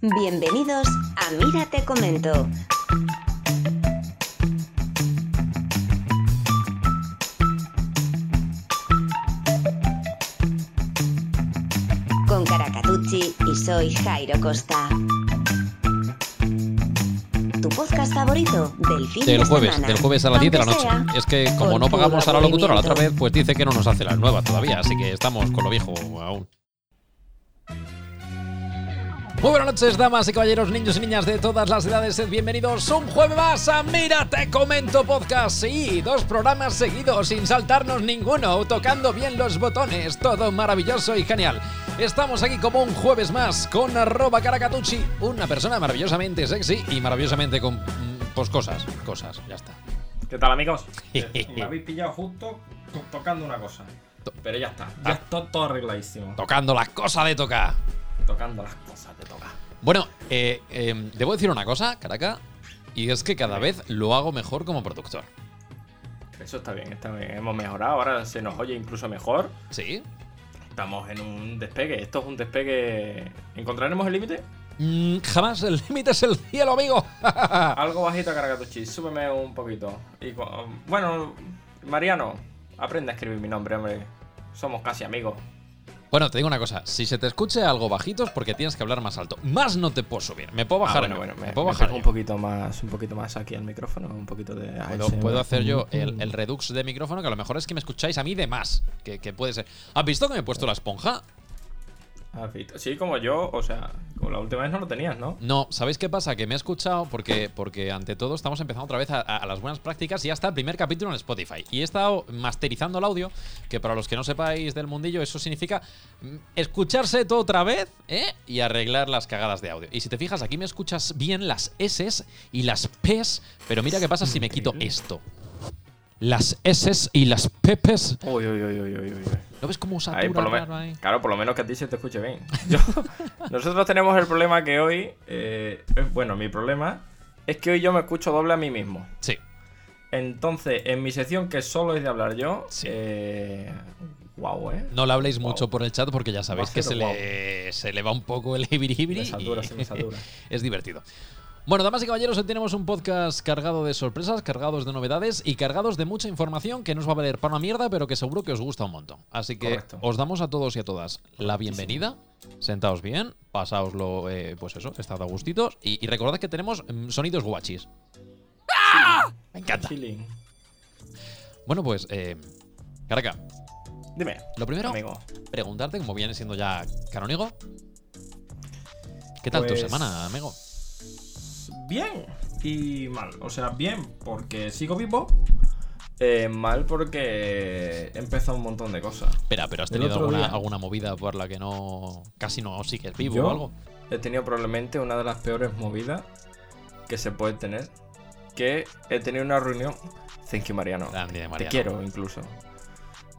Bienvenidos a Mira te comento. Con Caracatucci y soy Jairo Costa. Tu podcast favorito del fin Del de jueves, semana. del jueves a las 10 de la noche. Aunque sea Es que como con no tu pagamos a la locutora la otra vez, aburrimiento. pues dice que no nos hace la nueva todavía, así que estamos con lo viejo aún. Muy buenas noches, damas y caballeros, niños y niñas de todas las edades. Sed bienvenidos un jueves más a Mira Te Comento Podcast. Sí, dos programas seguidos sin saltarnos ninguno, tocando bien los botones. Todo maravilloso y genial. Estamos aquí como un jueves más con arroba caracatucci, una persona maravillosamente sexy y maravillosamente con... mm, Pues cosas, cosas, ya está. ¿Qué tal, amigos? Eh, Me habéis pillado justo to- tocando una cosa. Pero ya está, ya está todo arregladísimo. Tocando las cosas de tocar. Tocando las cosas, te toca. Bueno, eh, eh, debo decir una cosa, Caraca, y es que cada vez lo hago mejor como productor. Eso está bien, está bien. Hemos mejorado, ahora se nos oye incluso mejor. ¿Sí? Estamos en un despegue, esto es un despegue. ¿Encontraremos el límite? Mm, jamás el límite es el cielo, amigo. Ah. Algo bajito, Caracatuchi, súbeme un poquito. Y co- bueno, Mariano, aprende a escribir mi nombre, hombre. Somos casi amigos. bueno, te digo una cosa, si se te escuche algo bajito es porque tienes que hablar más alto. Más no te puedo subir, me puedo bajar. yo, Ah, me, me puedo me bajar. pego yo. un poquito más, eh, un poquito más aquí al micrófono, un poquito de Puedo, ASMR. puedo hacer yo Mm, el, el redux de micrófono, que a lo mejor es que me escucháis a mí de más. Que, que puede ser. ¿Has visto que me he puesto la esponja? ¿Has visto? Ah, Sí, como yo, o sea, como la última vez no lo tenías, ¿no? No, ¿sabéis qué pasa? Que me he escuchado porque, porque ante todo estamos empezando otra vez a, a- a las buenas prácticas y ya está el primer capítulo en Spotify. Y he estado masterizando el audio, que para los que no sepáis del mundillo, eso significa mm, escucharse todo otra vez ¿eh? y arreglar las cagadas de audio. Y si te fijas, aquí me escuchas bien las S y las Ps, pero mira qué pasa si me quito esto. Las S y las Ps. Uy, uy, uy, uy, uy, uy. ¿No ves cómo satura Ahí, por lo raro menos. ahí? Claro, por lo menos que a ti se te escuche bien. Yo- nosotros tenemos el problema que hoy. eh, es- bueno, mi problema es que hoy yo me escucho doble a mí mismo. Sí. Entonces, en mi sección que solo es de hablar yo. Sí. Eh, wow, eh. No le habléis Guau. mucho por el chat porque ya sabéis Va a que ser se le, se le va un poco el ibiribiri. Me satura, y- se me satura. es divertido. Bueno, damas y caballeros, hoy tenemos un podcast cargado de sorpresas, cargados de novedades y cargados de mucha información que no os va a valer para una mierda, pero que seguro que os gusta un montón. Así que Correcto. os damos a todos y a todas la bienvenida. Sentaos bien, pasaoslo, eh, pues eso, estad a gustitos. Y, y recordad que tenemos mm, sonidos guachis. Me encanta. Chilling. Bueno, pues, eh, Caraca, Dime. lo primero, Amigo. preguntarte, como viene siendo ya canónigo, ¿qué tal Pues- tu semana, amigo? bien y mal. O sea, bien porque sigo vivo. eh, mal porque he empezado un montón de cosas. Espera, pero has El tenido otro alguna, día- alguna movida por la que no. casi no sigues vivo Yo o algo. He tenido probablemente una de las peores movidas que se puede tener. Que he tenido una reunión. Thank you, Mariano. Grande, Te Mariano. quiero incluso.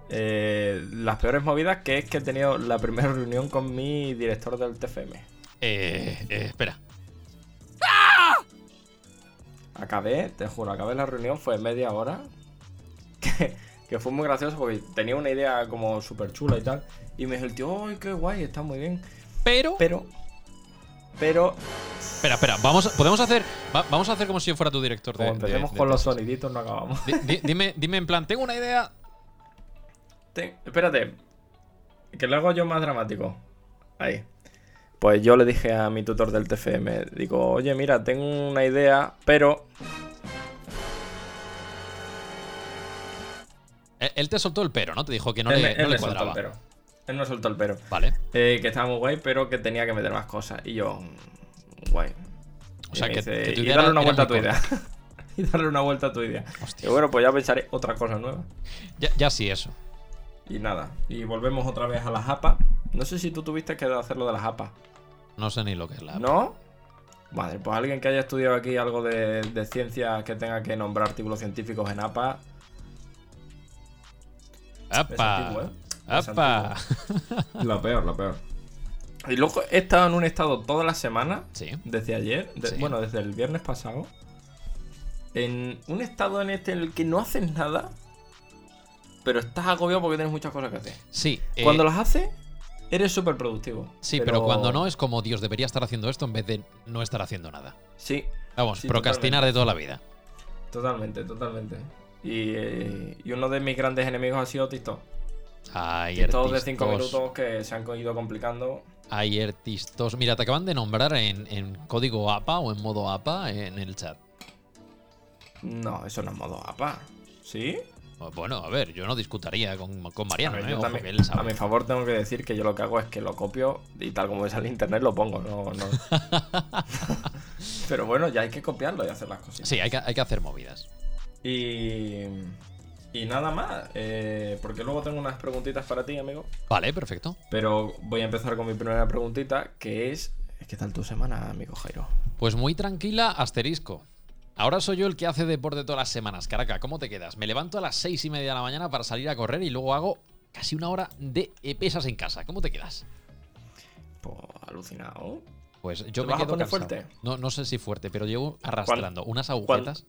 Eh, las peores movidas que es que he tenido la primera reunión con mi director del TFM. Eh, eh, espera. Acabé, te juro, acabé la reunión, fue media hora. Que, que fue muy gracioso porque tenía una idea como súper chula y tal. Y me dijo el tío, ¡ay, qué guay! Está muy bien. Pero. Pero. Pero. Espera, espera. Vamos, a- podemos hacer. va- vamos a hacer como si yo fuera tu director de. Como empecemos de- de- con los soniditos, no acabamos. Di- di- dime, dime en plan, tengo una idea. Te- espérate. Que lo hago yo más dramático. Ahí. Pues yo le dije a mi tutor del TFM, digo, oye, mira, tengo una idea, pero. Eh, Él te soltó el pero, ¿no? Te dijo que no él, le, me- no él le me soltó el cuadraba. pero. Él no soltó el pero. Vale. Eh, que estaba muy guay, pero que tenía que meter más cosas. Y yo, mm, guay. O sea, y me que, dice, que tu y idea era- darle una era vuelta a tu muy corta. idea. y darle una vuelta a tu idea. Hostia. Y bueno, pues ya pensaré otra cosa nueva. Ya, ya sí, eso. Y nada. Y volvemos otra vez a las APA. No sé si tú tuviste que hacer lo de las APA. No sé ni lo que es la. ¿No? Madre, pues alguien que haya estudiado aquí algo de, de ciencia que tenga que nombrar artículos científicos en APA. Es antiguo, ¡Apa! ¿eh? Es ¡Apa! La peor, la peor. Y luego he estado en un estado toda la semana Sí. desde ayer, de- Sí. bueno, desde el viernes pasado, en un estado en este en el que no haces nada, pero estás agobiado porque tienes muchas cosas que hacer. Sí. eh, Cuando las haces, Eres súper productivo. Sí, pero... cuando no es como Dios debería estar haciendo esto en vez de no estar haciendo nada. Sí, Vamos, Sí, procrastinar de toda la vida. totalmente, totalmente. Y, eh, y uno de mis grandes enemigos ha sido TikTok. Ay, TikTok de 5 artistos. minutos que se han ido complicando. Ay, artistos. Mira, te acaban de nombrar en, en código APA o en modo APA en el chat. No, eso no es modo APA. ¿Sí? Bueno, a ver, yo no discutaría con, con A, Mariano, ver, ¿eh? yo Ojo, también- que él sabe. a mi favor tengo que decir que yo lo que hago es que lo copio y tal como me sale internet lo pongo. No, no. Pero bueno, ya hay que copiarlo y hacer las cositas. Sí, hay que, hay que hacer movidas. Y, y nada más, eh, porque luego tengo unas preguntitas para ti, amigo. Vale, perfecto. Pero voy a empezar con mi primera preguntita, que es... ¿Qué tal tu semana, amigo Jairo? Pues muy tranquila, asterisco. Ahora soy yo el que hace deporte todas las semanas. Caraca, ¿cómo te quedas? Me levanto a las seis y media de la mañana para salir a correr y luego hago casi una hora de eh, pesas en casa. ¿Cómo te quedas? Pues alucinado. Pues yo ¿Te me vas a quedo poner cansado. fuerte? No, no sé si fuerte, pero llevo arrastrando unas agujetas.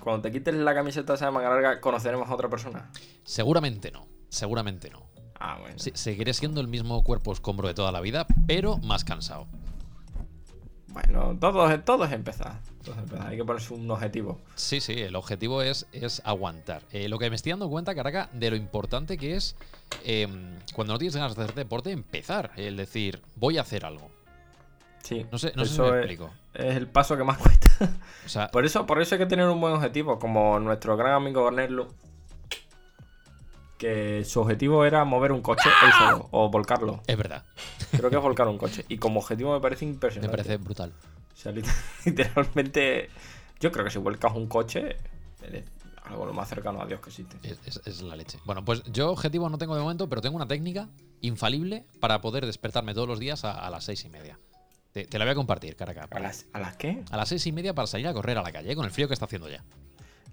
Cuando te quites la camiseta esa de manga larga, ¿conoceremos a otra persona? Seguramente no. Seguramente no. Ah, bueno. Sí, seguiré siendo el mismo cuerpo escombro de toda la vida, pero más cansado. Bueno, todos, todos empezar. Todos empezar. Hay que ponerse un objetivo. Sí, sí, el objetivo es, es aguantar. Eh, lo que me estoy dando cuenta, Caraca, de lo importante que es eh, cuando no tienes ganas de hacer deporte, empezar. El decir, voy a hacer algo. Sí. No sé, no sé si eso me es- explico. Es el paso que más cuesta. O sea, Por eso, por eso hay que tener un buen objetivo, como nuestro gran amigo Nerlu, que su objetivo era mover un coche él solo, o volcarlo. es verdad, Creo que es volcar un coche. Y como objetivo me parece me impresionante. parece brutal. O sea, lit- literalmente, yo creo que si vuelcas un coche, eres algo lo más cercano a Dios que existe. Es, es- es la leche. Bueno, pues yo objetivo no tengo de momento, pero tengo una técnica infalible para poder despertarme todos los días a, a las seis y media. Te, te la voy a compartir, Caraca. ¿A las, ¿A las qué? A las seis y media para salir a correr a la calle, eh, con el frío que está haciendo ya.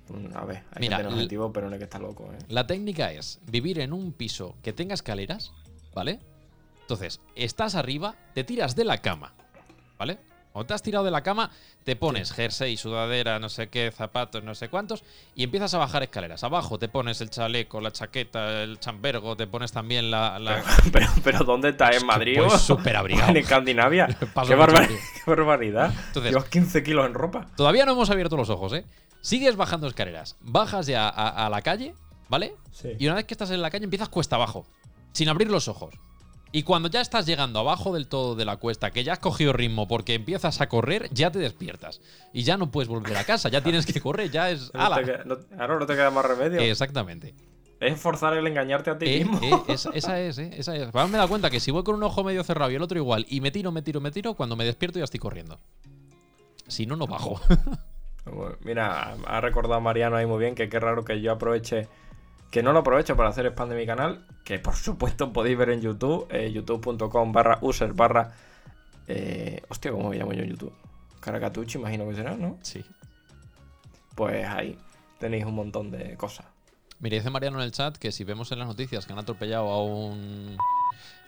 Mm, A ver, hay Mira, que l- tener objetivo, pero no hay que estar loco, ¿eh? La técnica es vivir en un piso que tenga escaleras, ¿vale? Entonces, estás arriba, te tiras de la cama, ¿vale? Cuando te has tirado de la cama, te pones jersey, sudadera, no sé qué, zapatos, no sé cuántos, y empiezas a bajar escaleras. Abajo te pones el chaleco, la chaqueta, el chambergo, te pones también la. la- Pero, pero ¿dónde estás? ¿En Madrid? Pues o- súper o abrigado. ¿En Escandinavia? Paso qué, mucho barbar- frío. qué barbaridad. Entonces- Llevas 15 kilos en ropa. Todavía no hemos abierto los ojos, ¿eh? Sigues bajando escaleras, bajas ya a, a la calle, ¿vale? Sí. Y una vez que estás en la calle empiezas cuesta abajo, sin abrir los ojos. Y cuando ya estás llegando abajo del todo de la cuesta, que ya has cogido ritmo porque empiezas a correr, ya te despiertas. Y ya no puedes volver a casa, ya tienes que correr, ya es... No te ¡Hala! queda- no- ahora no te queda más remedio. Es, Exactamente. forzar el engañarte a ti Eh, mismo. eh, esa, esa es, eh, esa es. Además, me he dado cuenta que si voy con un ojo medio cerrado y el otro igual, y me tiro, me tiro, me tiro, cuando me despierto ya estoy corriendo. Si no, no bajo. Mira, ha recordado Mariano ahí muy bien que qué raro que yo aproveche. Que no lo aprovecho para hacer spam de mi canal. Que por supuesto podéis ver en YouTube. eh, youtube.com barra user barra. eh, hostia, ¿cómo me llamo yo en YouTube? Caracatuchi, imagino que será, ¿no? Sí. Pues ahí tenéis un montón de cosas. Mira, dice Mariano en el chat que si vemos en las noticias que han atropellado a un.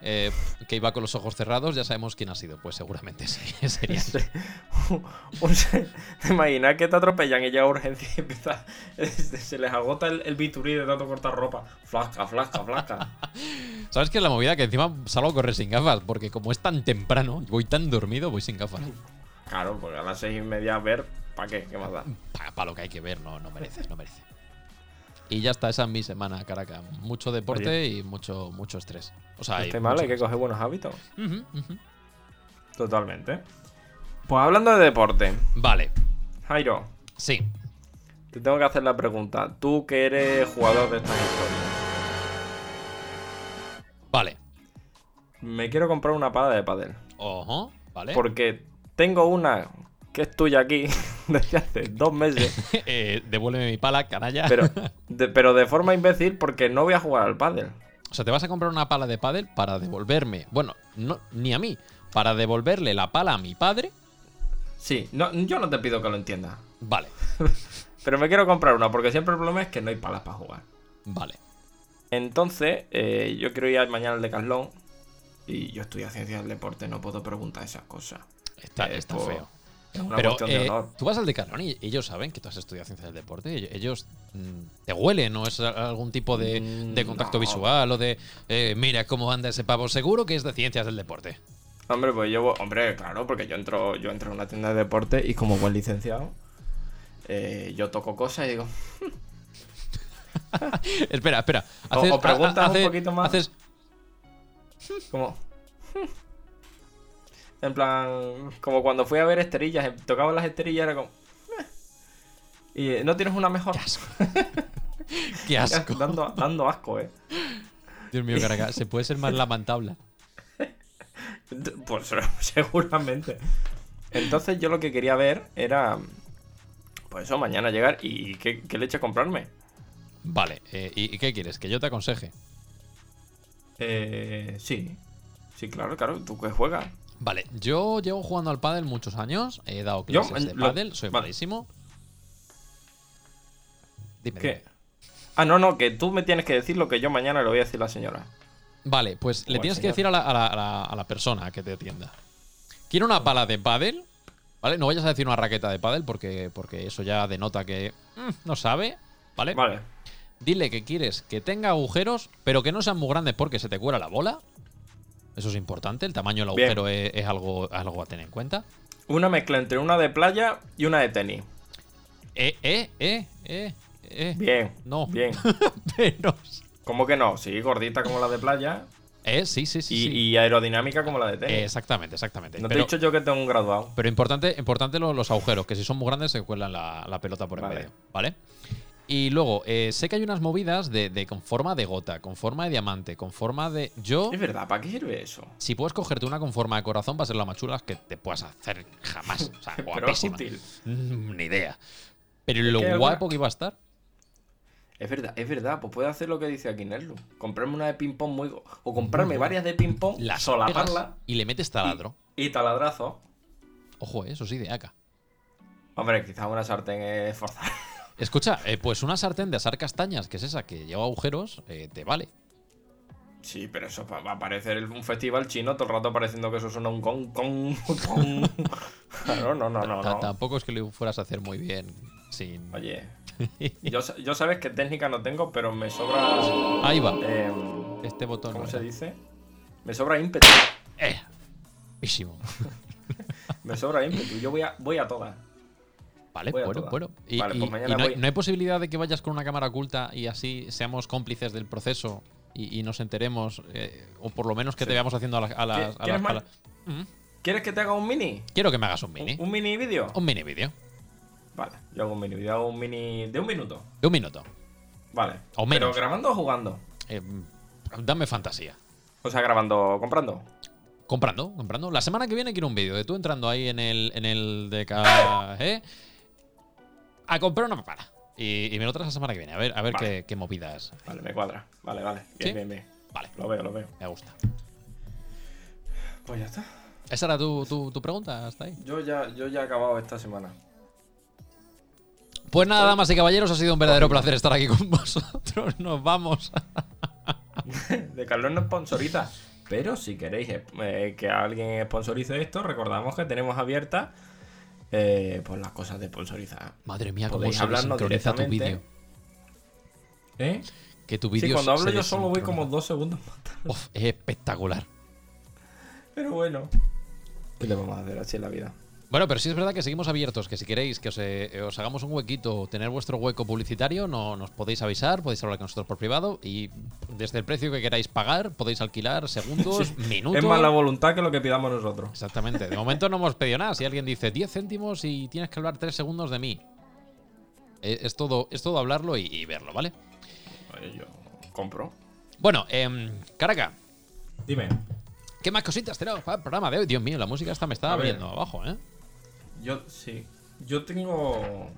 eh, que iba con los ojos cerrados, ya sabemos quién ha sido. Pues seguramente sí, sería. Un se- ¿Te imaginas que te atropellan y llega urgencia y empieza, este, se les agota el, el bisturí de tanto cortar ropa? Flasca, flasca, flasca. ¿Sabes qué es la movida? Que encima salgo a correr sin gafas, porque como es tan temprano, y voy tan dormido, voy sin gafas. Claro, porque a las seis y media a ver, ¿para qué? ¿Qué más da? Para lo que hay que ver, no, no merece, no merece. Y ya está, esa es mi semana, caraca. Mucho deporte y mucho, mucho estrés. O sea, No hay estoy Pues este mal, mucho- hay que coger buenos hábitos. Ujú, ujú. Totalmente. Pues hablando de deporte, Vale, Jairo, sí. te tengo que hacer la pregunta. Tú que eres jugador de estas historias, Vale. me quiero comprar una pala de pádel. Ojo, vale. Porque tengo una que es tuya aquí desde hace dos meses. Eh, devuélveme mi pala, canalla. Pero de, pero de forma imbécil porque no voy a jugar al pádel. O sea, te vas a comprar una pala de pádel para devolverme. Bueno, no, ni a mí. Para devolverle la pala a mi padre. Sí, no, yo no te pido que lo entiendas. Vale, Pero me quiero comprar una porque siempre el problema es que no hay palas para jugar. vale. Entonces, eh, yo quiero ir al mañana al Decathlon y yo estudio ciencias del deporte, no puedo preguntar esas cosas. Está, Eh, está por- feo. una Pero cuestión de eh, honor. tú vas al Decathlon y ellos saben que tú has estudiado ciencia del deporte. y Ellos mm, te huelen, ¿no? Es a- algún tipo de, Mm, de contacto no. visual o de. eh, mira cómo anda ese pavo. Seguro que es de ciencias del deporte. Hombre, pues yo, hombre, claro, porque yo entro, yo entro en una tienda de deporte y como buen licenciado, eh, yo toco cosas y digo, espera, espera. O- o preguntas un poquito más. haces- como. En plan, como cuando fui a ver esterillas, eh, tocaban las esterillas, era como. "Eh". Y eh, no tienes una mejor. qué asco. Dando, dando asco, eh. Dios mío, caraca, se puede ser más lamentable. Pues seguramente. Entonces yo lo que quería ver era. Pues eso, mañana llegar y qué, qué leche comprarme. Vale, eh, ¿y, y qué quieres? ¿Que yo te aconseje? Eh, sí. Sí, claro, claro. ¿Tú qué juegas? Vale, yo llevo jugando al pádel muchos años, he dado Yo, clases de en- lo- pádel, soy vale. malísimo. Dime, dime. ¿Qué? Ah, no, no, que tú me tienes que decir lo que yo mañana le voy a decir a la señora. Vale, pues le Joder, tienes que señor. decir a la, a la- a la- a la persona que te atienda. Quiero una pala de pádel, ¿vale? No vayas a decir una raqueta de pádel porque, porque eso ya denota que mm, no sabe, ¿vale? Vale. Dile que quieres que tenga agujeros, pero que no sean muy grandes porque se te cuela la bola. Eso es importante, el tamaño del Bien. agujero es, es algo, algo a tener en cuenta. Una mezcla entre una de playa y una de tenis. Eh, eh, eh, eh, eh. Bien. No. Bien. Pero- ¿Cómo que no? Sí, gordita como la de playa Eh, sí, sí, sí. y, sí. y aerodinámica como la de Eh, tenis. exactamente, exactamente. no te pero, he dicho yo que tengo un graduado. pero importante, importante lo- los, agujeros, que si son muy grandes se cuelan la, la pelota por en Vale. medio. ¿Vale? Y luego, eh, sé que hay unas movidas de, de con forma de gota, con forma de diamante, con forma de. Yo, Es verdad, ¿para qué sirve eso? si puedes cogerte una con forma de corazón, va a ser la más chula que te puedas hacer jamás. O sea, Pero es guapísima. útil. Mm, Ni idea. Pero lo que hay alguna- guapo que iba a estar. Es verdad, es verdad, pues puedo hacer lo que dice aquí Nerlu. Comprarme una de ping-pong muy. go- O comprarme varias de ping-pong, La solaparla y le metes taladro. y taladrazo. Ojo, eh, eso sí, de acá. Hombre, quizás una sartén es forzar. Escucha, eh, pues una sartén de asar castañas, que es esa que lleva agujeros, eh, te vale. Sí, pero eso va va a parecer el- un festival chino todo el rato pareciendo que eso suena un con, con, con. Claro, no, no, no, Ta- no. Tampoco es que lo fueras a hacer muy bien sin... Oye, yo, sa- yo sabes que técnica no tengo, pero me sobra. Ahí va. eh, Este botón... ¿Cómo no se era. dice? Me sobra ímpetu. Eh, guapísimo. Me sobra ímpetu. Yo voy a, voy a todas. Vale, Voy a bueno, todas. bueno. Y, Vale, pues y- mañana y no, hay, voy. no hay posibilidad de que vayas con una cámara oculta y así seamos cómplices del proceso y, y nos enteremos, eh, o por lo menos que te veamos haciendo a, la- a las... a las ¿Quieres más? palas. Mm. ¿Quieres que te haga un mini? Quiero que me hagas un mini. Oh. ¿Un, un mini vídeo? Un mini vídeo. Vale, yo hago un mini vídeo, hago un mini de un minuto. De un minuto. Vale. O Pero menos. grabando o jugando. Eh, dame fantasía. O sea, grabando, comprando. Comprando, comprando. La semana que viene quiero un vídeo de tú entrando ahí en el, en el de ca- ¿eh? A comprar una papada. Y, y me lo traes la semana que viene. A ver, a ver Vale. qué, qué movidas. Vale, me cuadra. Vale, vale. Bien, ¿Sí? bien, bien. Vale, Lo veo, lo veo. me gusta. Pues ya está. Esa era tu, tu- tu pregunta hasta ahí. Yo ya, yo ya he acabado esta semana. Pues nada, damas y caballeros, ha sido un verdadero placer estar aquí con vosotros. Nos vamos. De Carlos no sponsoriza. Pero si queréis eh, que alguien sponsorice esto, recordamos que tenemos abierta eh, pues las cosas de sponsorizar. Madre mía, cómo Podéis se hablarnos desincroniza tu directamente. vídeo. ¿Eh? Que tu vídeo Sí, cuando se- hablo se yo solo voy como desincroniza. dos segundos más tarde. Uf, es espectacular. Pero bueno. ¿Qué le vamos a hacer así en la vida? Bueno, pero sí es verdad que seguimos abiertos, que si queréis que os, eh, os hagamos un huequito, o tener vuestro hueco publicitario, no, nos podéis avisar, podéis hablar con nosotros por privado y desde el precio que queráis pagar podéis alquilar segundos, minutos. Es más la voluntad que lo que pidamos nosotros. Exactamente, de momento no hemos pedido nada. Si alguien dice 10 céntimos y tienes que hablar 3 segundos de mí, Eh, es, todo, es todo hablarlo y, y verlo, ¿vale? Oye, yo compro. Bueno, em, Caraca, Dime, ¿qué más cositas tenemos para el programa de hoy? Dios mío, la música esta me está A ver. abriendo abajo, ¿eh? yo sí. Yo tengo.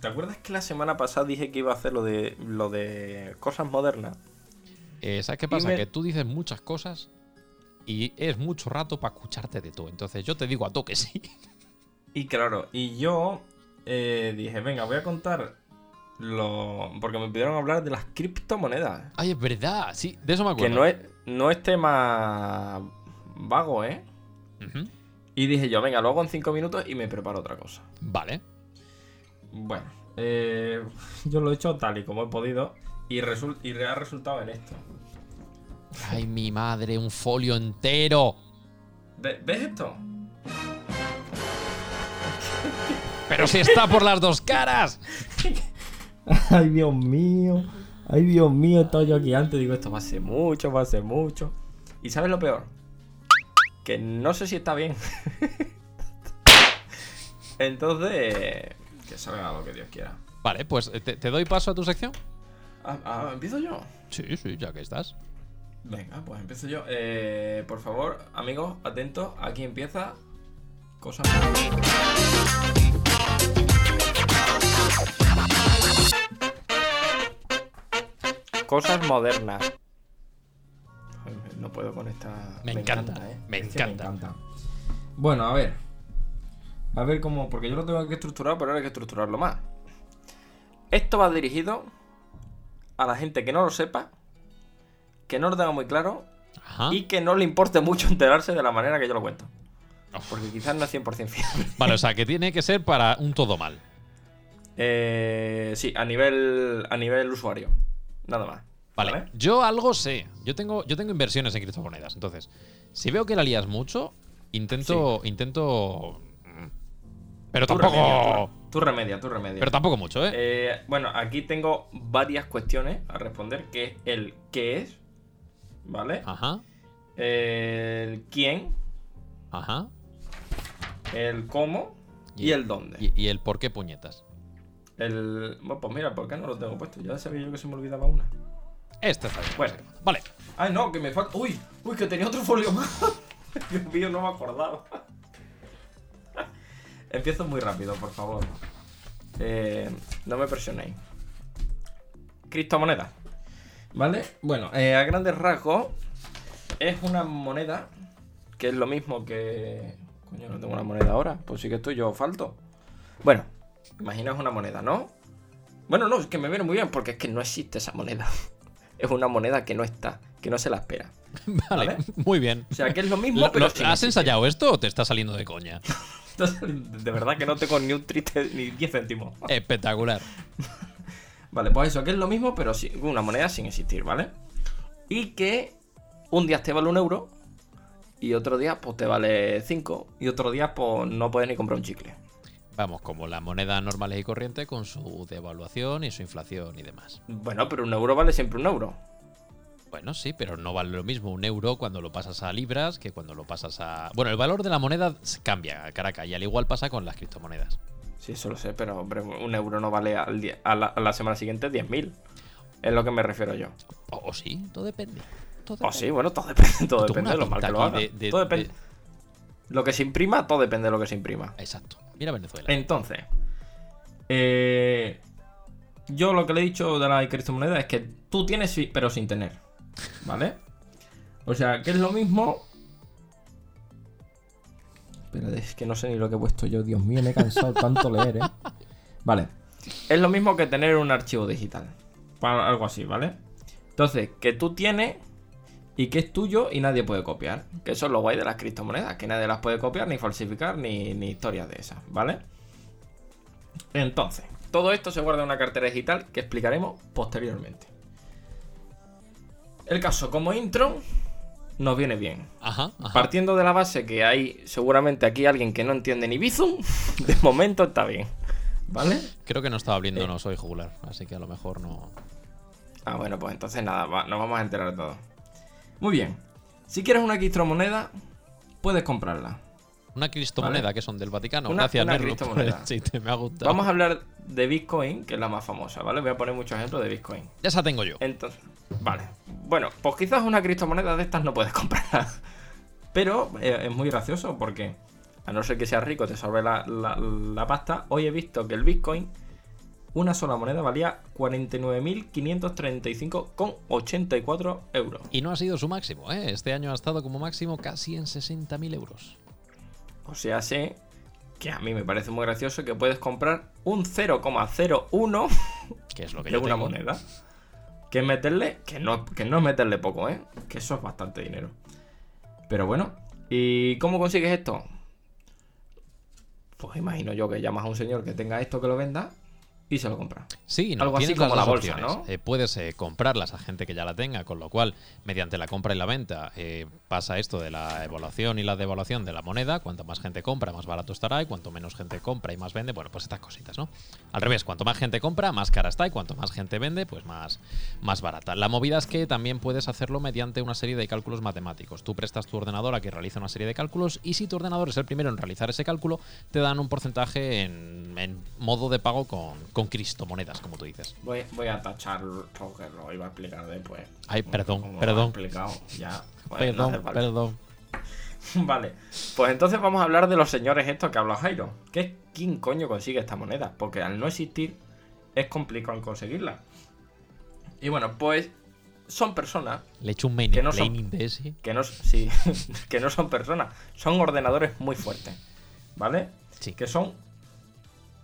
¿Te acuerdas que la semana pasada dije que iba a hacer lo de lo de cosas modernas? Eh, ¿Sabes qué pasa? Dime. Que tú dices muchas cosas y es mucho rato para escucharte de tú. Entonces yo te digo a toque sí. Y claro, y yo eh, dije, venga, voy a contar lo. Porque me pidieron hablar de las criptomonedas. Ay, es verdad, sí, de eso me Que acuerdo. no es, no es tema vago, ¿eh? Ujú. Y dije yo, venga, lo hago en 5 minutos y me preparo otra cosa. Vale. Bueno, eh, yo lo he hecho tal y como he podido y, resul- y ha resultado en esto. Ay, mi madre, un folio entero. Ve- ¿Ves esto? Pero si está por las dos caras. Ay, Dios mío. Ay, Dios mío, estaba yo aquí antes. Digo, esto va a ser mucho, va a ser mucho. ¿Y sabes lo peor? Que no sé si está bien. Entonces, que salga lo que Dios quiera. Vale, pues eh, te, te doy paso a tu sección. Ah, ah, ¿Empiezo yo? Sí, sí, ya que estás. Venga, pues empiezo yo. Eh, por favor, amigos, atentos. Aquí empieza. Cosa. Cosas modernas. Joder, No puedo con esta. ¿eh? Me encanta, me Es que encanta. Bueno, a ver. A ver cómo. Porque yo lo tengo que estructurar, pero ahora hay que estructurarlo más. Esto va dirigido a la gente que no lo sepa, que no lo tenga muy claro Ajá. y que no le importe mucho enterarse de la manera que yo lo cuento. Porque quizás no es 100% fiable. Vale, o sea, que tiene que ser para un todo mal. Eh, sí, a nivel, a nivel usuario. Nada más. Vale. Yo algo sé. Yo tengo, yo tengo inversiones en criptomonedas. Entonces, si veo que la lías mucho, intento. intento. mm, Pero Tú tampoco. remedia, tú- tú remedia, tú remedia. pero tampoco mucho, ¿eh? Eh, bueno, aquí tengo varias cuestiones a responder, que es el qué es, ¿vale? Ajá. El quién, Ajá. el cómo y, Y- el dónde. Y, y el por qué puñetas. El... Bueno, pues mira, ¿por qué no lo tengo puesto? Ya sabía yo que se me olvidaba una. Este está bien. Bueno. Vale. Ay, Ah, no, que me falta. Uy, uy, que tenía otro folio más. Dios mío, no me acordaba. Empiezo muy rápido, por favor. Eh, no me presionéis. Criptomoneda. ¿Vale? Bueno, eh, a grandes rasgos, es una moneda que es lo mismo que. Coño, no tengo una moneda ahora. Pues sí que estoy yo falto. Bueno, imaginaos una moneda, ¿no? Bueno, no, es que me viene muy bien porque es que no existe esa moneda. Es una moneda que no está, que no se la espera. Vale. Vale. Muy bien. O sea, que es lo mismo, Lo- pero lo- sin ¿Has existir. ensayado esto o te está saliendo de coña? Entonces, de verdad que no tengo ni un triste ni 10 céntimos. Espectacular. Vale, pues eso, que es lo mismo, pero sí, una moneda sin existir, ¿vale? Y que un día te vale un euro y otro día pues te vale 5 y otro día pues no puedes ni comprar un chicle. Vamos, como la moneda normal y corriente con su devaluación y su inflación y demás. Bueno, pero un euro vale siempre un euro. Bueno, sí, pero no vale lo mismo un euro cuando lo pasas a libras que cuando lo pasas a... Bueno, el valor de la moneda se cambia, caraca, y al igual pasa con las criptomonedas. Sí, eso lo sé, pero hombre, un euro no vale al día- a, la, a la semana siguiente 10.000. Es lo que me refiero yo. O, o sí, todo depende. Todo O depende. sí, bueno, todo depende, todo Tú, depende una de lo mal pinta que lo haga. aquí de- de- todo depende. de- Lo que se imprima, todo depende de lo que se imprima. Exacto. Mira Venezuela. Entonces, eh, yo lo que le he dicho de la criptomoneda es que tú tienes, sí, pero sin tener. ¿Vale? O sea, que es lo mismo. Espérate, es que no sé ni lo que he puesto yo. Dios mío, me he cansado tanto leer, ¿eh? Vale. Es lo mismo que tener un archivo digital. Pa- Algo así, ¿vale? Entonces, que tú tienes y que es tuyo y nadie puede copiar. Que eso es lo guay de las criptomonedas, que nadie las puede copiar, ni falsificar, ni, ni historias de esas, ¿vale? Entonces, todo esto se guarda en una cartera digital que explicaremos posteriormente. El caso como intro nos viene bien. Ajá, ajá. Partiendo de la base que hay seguramente aquí alguien que no entiende ni Bizum, de momento está bien. ¿Vale? Creo que no estaba abriendo, no soy jugular, así que a lo mejor no... Ah, bueno, pues entonces nada, va- nos vamos a enterar todos. Muy bien. Si quieres una criptomoneda, puedes comprarla. Una criptomoneda Vale. que son del Vaticano. Una- Gracias, una Merlo, por el criptomoneda. chiste, me ha gustado. Vamos a hablar de Bitcoin, que es la más famosa, ¿vale? Voy a poner muchos ejemplos de Bitcoin. Ya esa tengo yo. Entonces, vale. Bueno, pues quizás una criptomoneda de estas no puedes comprar. Pero eh, es muy gracioso porque, a no ser que seas rico, te salve la, la- la pasta. Hoy he visto que el Bitcoin, una sola moneda, valía 49.535,84 euros. Y no ha sido su máximo, ¿eh? Este año ha estado como máximo casi en 60.000 euros. O sea, sé que a mí me parece muy gracioso que puedes comprar un 0,01 Que es lo que de yo una tengo. moneda. Que meterle, que no, que no es meterle poco, ¿eh? Que eso es bastante dinero. Pero bueno, ¿y cómo consigues esto? pues imagino yo que llamas a un señor que tenga esto que lo venda y se lo compra. Sí, no, Algo así tienes como las la dos bolsa, opciones. ¿no? Eh, puedes eh, comprarlas a gente que ya la tenga, con lo cual, mediante la compra y la venta, eh, pasa esto de la evaluación y la devaluación de la moneda. Cuanto más gente compra, más barato estará, y cuanto menos gente compra y más vende, bueno, pues estas cositas, ¿no? Al revés, cuanto más gente compra, más cara está, y cuanto más gente vende, pues más, más barata. La movida es que también puedes hacerlo mediante una serie de cálculos matemáticos. Tú prestas tu ordenador a que realice una serie de cálculos, y si tu ordenador es el primero en realizar ese cálculo, te dan un porcentaje en, en modo de pago con, con criptomonedas, como tú dices. Voy, voy a tachar lo que lo iba a explicar después. Ay, Como- perdón, como lo perdón. ha explicado, ya. Bueno, no hace perdón, falta. perdón. Vale, pues entonces vamos a hablar de los señores estos que habla Jairo. ¿Qué, es- ¿Quién coño consigue esta moneda? Porque al no existir es complicado conseguirla. Y bueno, pues son personas Le he hecho un main Que no son- laning de ese. que no, sí, que no son personas, son ordenadores muy fuertes, ¿vale? Sí. Que son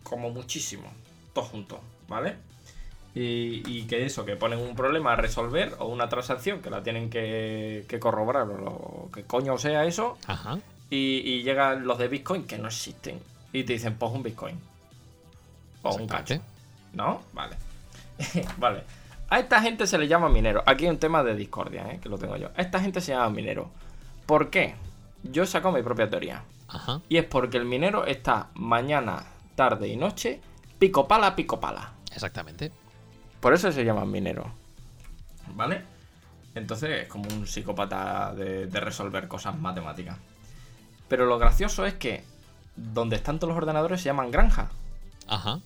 como muchísimos, todos juntos, ¿vale? Y, y que eso, que ponen un problema a resolver o una transacción que la tienen que, que corroborar o lo que coño sea eso, Ajá. y, y llegan los de Bitcoin que no existen. Y te dicen, pos un Bitcoin. O un cacho. Exactamente. ¿No? Vale. vale. A esta gente se le llama minero. Aquí hay un tema de discordia, ¿eh? que lo tengo yo. A esta gente se llama minero. ¿Por qué? Yo saco mi propia teoría. Ajá. Y es porque el minero está mañana, tarde y noche, pico pala, pico pala. Exactamente. Por eso se llaman minero. ¿Vale? Entonces es como un psicópata de, de resolver cosas matemáticas. Pero lo gracioso es que donde están todos los ordenadores se llaman granja. Ajá.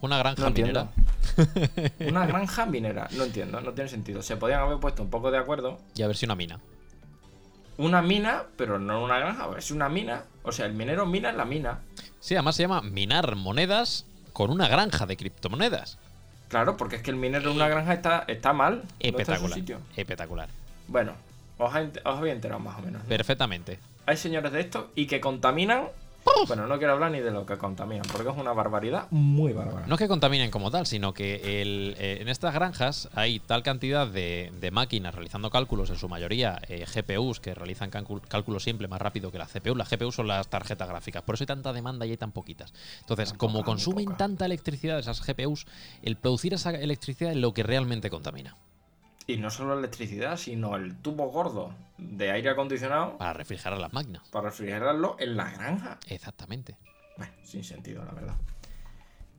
Una granja No minera. entiendo. Una granja minera. No entiendo, no tiene sentido. Se podían haber puesto un poco de acuerdo. Y a ver si una mina. Una mina, pero no una granja. Es una mina. O sea, el minero mina la mina. Sí, además se llama minar monedas con una granja de criptomonedas. Claro, porque es que el minero en una granja está, está mal. No está en su Espectacular. sitio. Espectacular. Bueno, os, ha ent- os había enterado más o menos. ¿no? Perfectamente. hay señores de estos y que contaminan. Bueno, no quiero hablar ni de lo que contaminan, porque es una barbaridad muy bárbara. No es que contaminen como tal, sino que el, eh, en estas granjas hay tal cantidad de, de máquinas realizando cálculos, en su mayoría eh, GPUs, que realizan cálculo- cálculos siempre más rápido que las CPU. Las GPU son las tarjetas gráficas, por eso hay tanta demanda y hay tan poquitas. Entonces, Tan como poca, muy consumen poca. tanta electricidad esas GPUs, el producir esa electricidad es lo que realmente contamina. Y no solo electricidad, sino el tubo gordo de aire acondicionado Para refrigerar las máquinas. para refrigerarlo en la granja. Exactamente. Bueno, sin sentido, la verdad.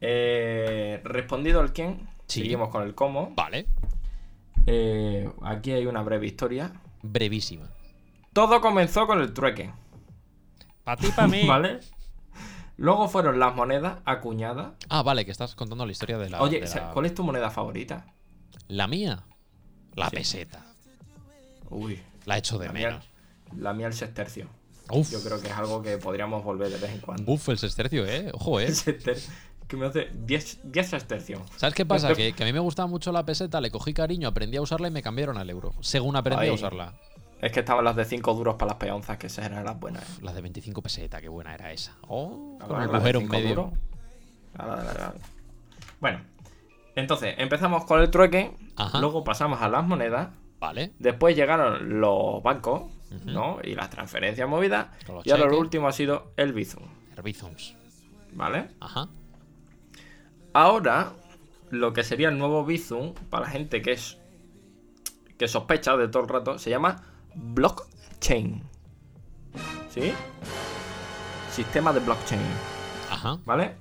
Eh, respondido el quién, Sí. seguimos con el cómo. Vale. Eh, aquí hay una breve historia. Brevísima. Todo comenzó con el trueque. Para ti, para ¿Vale? Luego fueron las monedas acuñadas. Ah, vale, que estás contando la historia de la. Oye, de la, ¿cuál es tu moneda favorita? la mía. La Sí. peseta. Uy, La echo de la mía, menos. la mía el sextercio. Uf. Yo creo que es algo que podríamos volver de vez en cuando. Buf, el sestercio, ¿eh? Ojo, ¿eh? El sexter- que me hace 10 10 sextercio. ¿Sabes qué pasa? Que, que a mí me gustaba mucho la peseta, le cogí cariño, aprendí a usarla y me cambiaron al euro. Según aprendí Ay. a usarla. Es que estaban las de 5 duros para las peonzas, que esas eran las buenas. ¿eh? Puf, la de 25 peseta, qué buena era esa. Oh, Ahora con el las de agujero en cinco medio. duros. Ahora, ahora, ahora. Bueno, entonces empezamos con el trueque, Ajá. luego pasamos a las monedas, Vale. después llegaron los bancos, ¿no? Y las transferencias movidas, Con los y ahora lo cheques. último ha sido el Bizum, Herbizums. ¿vale? Ajá. Ahora, lo que sería el nuevo Bizum, para la gente que es que sospecha de todo el rato, se llama blockchain. ¿Sí? Sistema de blockchain, Ajá. ¿vale?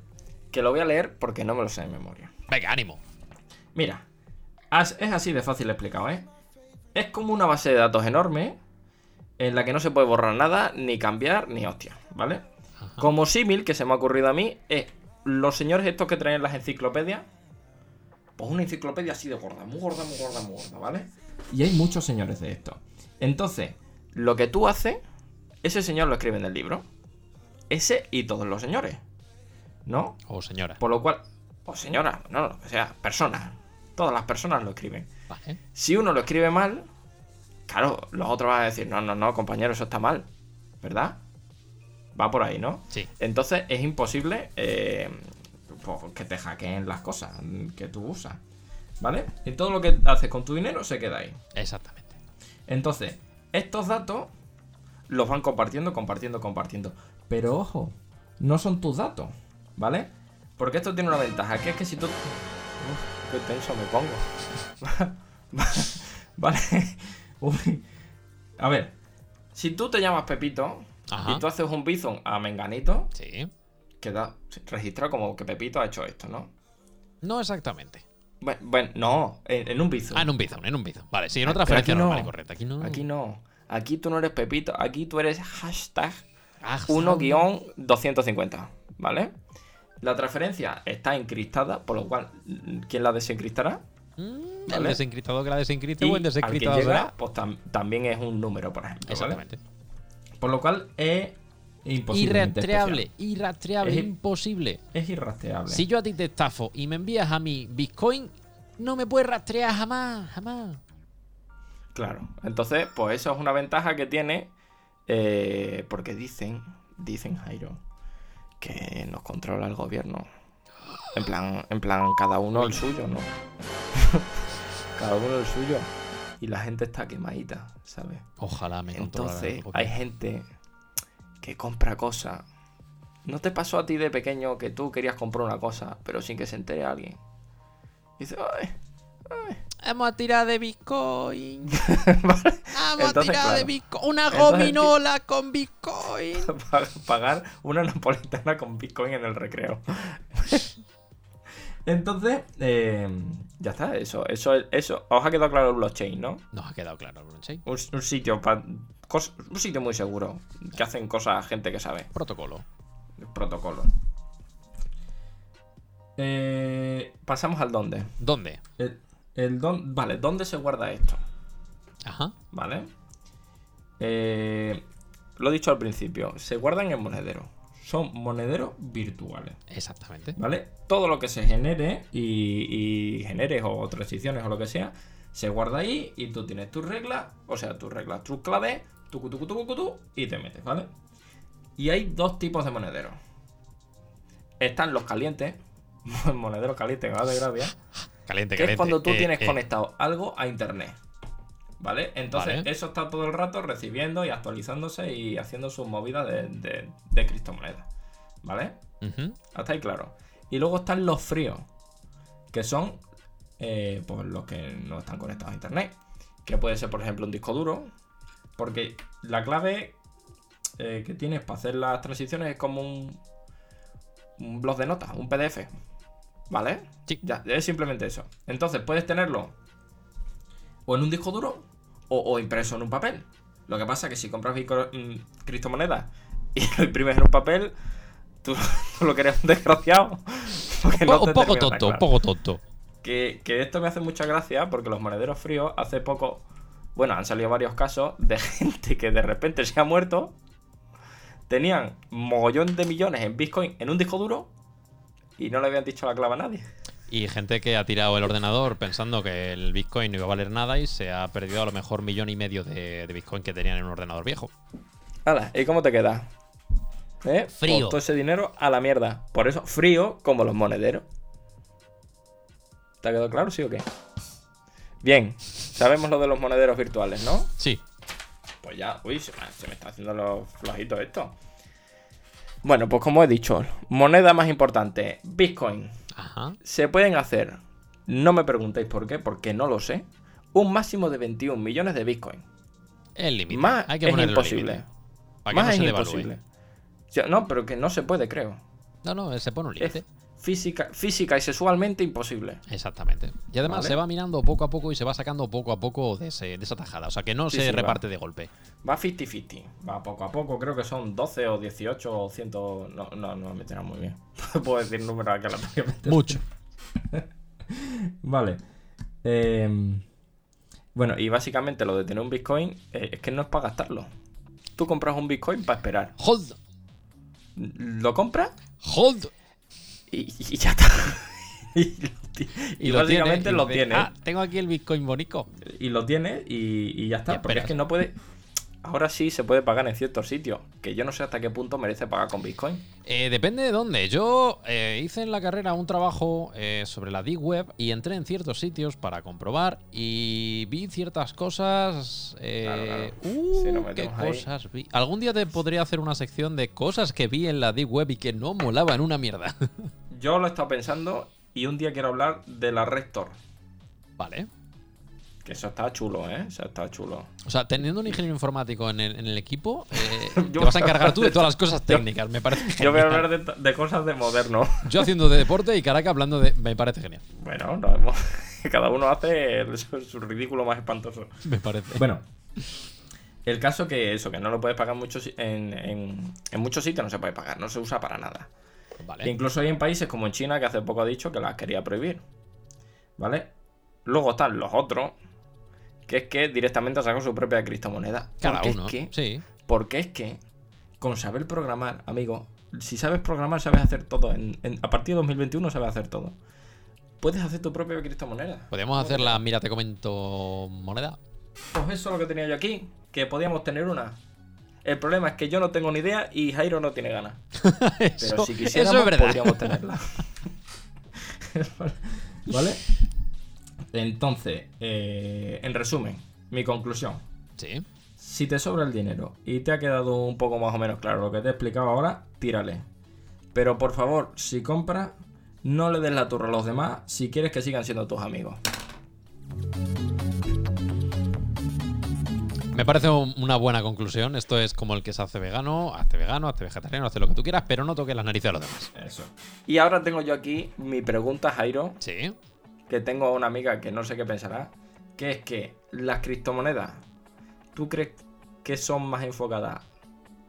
Que lo voy a leer porque no me lo sé de memoria. Venga, ánimo. Mira, as- es así de fácil explicado, ¿eh? Es como una base de datos enorme en la que no se puede borrar nada, ni cambiar, ni hostia, ¿vale? Ajá. Como símil que se me ha ocurrido a mí es los señores estos que traen las enciclopedias. Pues una enciclopedia así de gorda, muy gorda, muy gorda, muy gorda, ¿vale? Y hay muchos señores de estos. Entonces, lo que tú haces, ese señor lo escribe en el libro. Ese y todos los señores. ¿No? Oh, señora. Por lo cual, o señora, no, o sea, personas. Todas las personas lo escriben. Vale. Si uno lo escribe mal, claro, los otros van a decir, no, no, no, compañero, eso está mal. ¿Verdad? Va por ahí, ¿no? Sí. Entonces es imposible eh, pues, que te hackeen las cosas mm, que tú usas. ¿Vale? Y todo lo que haces con tu dinero se queda ahí. Exactamente. Entonces, estos datos los van compartiendo, compartiendo, compartiendo. Pero ojo, no son tus datos, ¿vale? Porque esto tiene una ventaja, que es que si tú... Uf, qué tenso me pongo. vale. Uy. A ver, si tú te llamas Pepito Ajá. y tú haces un bizon a Menganito, Sí. queda registrado como que Pepito ha hecho esto, ¿no? No exactamente. Bueno, bueno, no, en, en un bizon. Ah, en un bizón, en un bizón. Vale, sí, en Ah, Pero otra referencia aquí no. normal y correcta. Aquí no. Aquí no. Aquí tú no eres Pepito, aquí tú eres hashtag Ah, 1-250, ¿vale? La transferencia está encriptada, por lo cual, ¿quién la desencriptará? mm, El Vale. desencriptado que la desencripte Y o el al que desencriptado llega, será. pues tam- también es un número, por ejemplo. ¿vale? Exactamente. Por lo cual es imposible. Irrastreable, irrastreable, Es- imposible. Es irrastreable. Si yo a ti te estafo y me envías a mi Bitcoin, no me puedes rastrear jamás, jamás. Claro. Entonces, pues eso es una ventaja que tiene. eh, porque dicen, dicen Jairo, que nos controla el gobierno. En plan, en plan, cada uno el suyo, ¿no? cada uno el suyo. Y la gente está quemadita, ¿sabes? Ojalá me controlaran Entonces, un poquito. hay gente que compra cosas. ¿No te pasó a ti de pequeño que tú querías comprar una cosa, pero sin que se entere alguien? Y dices, "Ay, Vamos a tirar de Bitcoin. vale, Vamos Entonces, a tirar de claro. Bitcoin. Una Entonces, gominola con Bitcoin. pa- pagar una napolitana con Bitcoin en el recreo. Entonces, eh, ya está, eso, eso, eso. Os ha quedado claro el blockchain, ¿no? Nos ha quedado claro, el blockchain. Un, un sitio pa- cos- un sitio muy seguro, que hacen cosas gente que sabe. Protocolo. protocolo. Eh, pasamos al dónde. ¿Dónde? El, el don- vale, ¿dónde se guarda esto? Ajá. ¿Vale? Eh, lo he dicho al principio, se guardan en monedero. Son monederos virtuales, Exactamente. ¿vale? Todo lo que se genere y, y generes o transiciones o lo que sea, se guarda ahí y tú tienes tus reglas, o sea, tus reglas, tus claves, tu tu tu y te metes, ¿vale? Y hay dos tipos de monederos. Están los calientes, monederos calientes, que va de gracia. Caliente, Que caliente. es cuando tú Eh, tienes eh, conectado algo a internet. ¿Vale? Entonces, Vale. eso está todo el rato recibiendo y actualizándose y haciendo sus movidas de, de- de criptomonedas. ¿Vale? ujú. Hasta ahí claro. Y luego están los fríos, que son eh, pues los que no están conectados a internet. Que puede ser, por ejemplo, un disco duro. Porque la clave eh, que tienes para hacer las transiciones es como un, un blog de notas, un PDF. ¿Vale? Sí. Ya, es simplemente eso. Entonces puedes tenerlo o en un disco duro o, o impreso en un papel. Lo que pasa es que si compras bico- mm, criptomonedas y lo imprimes en un papel, tú, tú lo que eres un desgraciado. porque Un no po- te un poco termina tonto, claro. un poco tonto. Que, que esto me hace mucha gracia porque los monederos fríos hace poco, bueno, han salido varios casos de gente que de repente se ha muerto, tenían mogollón de millones en Bitcoin en un disco duro y no le habían dicho la clave a nadie. Y gente que ha tirado el ordenador pensando que el Bitcoin no iba a valer nada y se ha perdido a lo mejor millón y medio de, de Bitcoin que tenían en un ordenador viejo. Hala, ¿y cómo te queda? ¿Eh? Frío. Pues todo ese dinero a la mierda. Por eso, frío como los monederos. ¿Te ha quedado claro, sí o qué? Bien, sabemos lo de los monederos virtuales, ¿no? Sí. Pues ya, uy, se me, se me está haciendo los flojitos esto. Bueno, pues como he dicho, moneda más importante, Bitcoin. Ajá. Se pueden hacer, no me preguntéis por qué, porque no lo sé, un máximo de 21 millones de Bitcoin. El límite. Más Hay que es ponerle un imposible. límite Para que Más no es se devalúe. imposible. O sea, no, pero que no se puede, creo. No, no, se pone un límite. Es física, física y sexualmente imposible. Exactamente. Y además Vale. se va mirando poco a poco y se va sacando poco a poco de, ese- de esa tajada. O sea, que no Sí, se sí, va. reparte de golpe. Va 50-50. Va poco a poco, creo que son 12 o 18 o 100. No, no, no me meterán muy bien. Puedo decir números aquí aleatoriamente. Mucho. Vale. Em, bueno, y básicamente lo de tener un Bitcoin eh, es que no es para gastarlo. Tú compras un Bitcoin para esperar. Hold. Lo compras Hold. y, y ya está. y lo, ti- y lo tiene, básicamente y lo dice, tienes. Ah, tengo aquí el Bitcoin bonico. y lo tienes y, y ya está. Y porque es esperas. que no puedes. ahora sí se puede pagar en ciertos sitios, que yo no sé hasta qué punto merece pagar con Bitcoin. Eh, depende de dónde. Yo eh, hice en la carrera un trabajo eh, sobre la Deep Web y entré en ciertos sitios para comprobar y vi ciertas cosas. eh, Claro, claro. uh, Si nos metemos qué ahí. cosas vi. Algún día te podría hacer una sección de cosas que vi en la Deep Web y que no molaban una mierda. Yo lo he estado pensando y un día quiero hablar de la Rector, vale. que eso está chulo, ¿eh? Eso está chulo. O sea, teniendo un ingeniero informático en el, en el equipo, eh, te Yo- vas a encargar tú de todas las cosas técnicas. Me parece Yo voy a genial. hablar de, de cosas de moderno. Yo haciendo de deporte y Caraca hablando de. Me parece genial. Bueno, no hemos- cada uno hace el- su, su ridículo más espantoso. Me parece. Bueno, el caso que eso, que no lo puedes pagar en muchos si- en, en- en muchos sitios, no se puede pagar, no se usa para nada. Vale. Incluso hay en países como en China, que hace poco ha dicho que las quería prohibir. ¿Vale? Luego están los otros, que es que directamente sacan su propia criptomoneda. Cada Porque es uno. que- Sí. porque es que con saber programar, amigo, si sabes programar, sabes hacer todo. En- en- a partir de 2021 sabes hacer todo. Puedes hacer tu propia criptomoneda. Podemos hacer la mira, te comento moneda. Pues eso es lo que tenía yo aquí, que podíamos tener una. El problema es que yo no tengo ni idea y Jairo no tiene ganas. Pero si quisiéramos, eso es verdad. podríamos tenerla. ¿Vale? Entonces, eh, en resumen, mi conclusión. Sí. Si te sobra el dinero y te ha quedado un poco más o menos claro lo que te he explicado ahora, tírale. Pero por favor, si compras, no le des la turra a los demás si quieres que sigan siendo tus amigos. Me parece un- una buena conclusión. Esto es como el que se hace vegano, hazte vegano, hazte vegetariano, hazte lo que tú quieras, pero no toques las narices de los demás. Eso. Y ahora tengo yo aquí mi pregunta, Jairo, Sí. que tengo a una amiga que no sé qué pensará, que es que las criptomonedas, ¿tú crees que son más enfocadas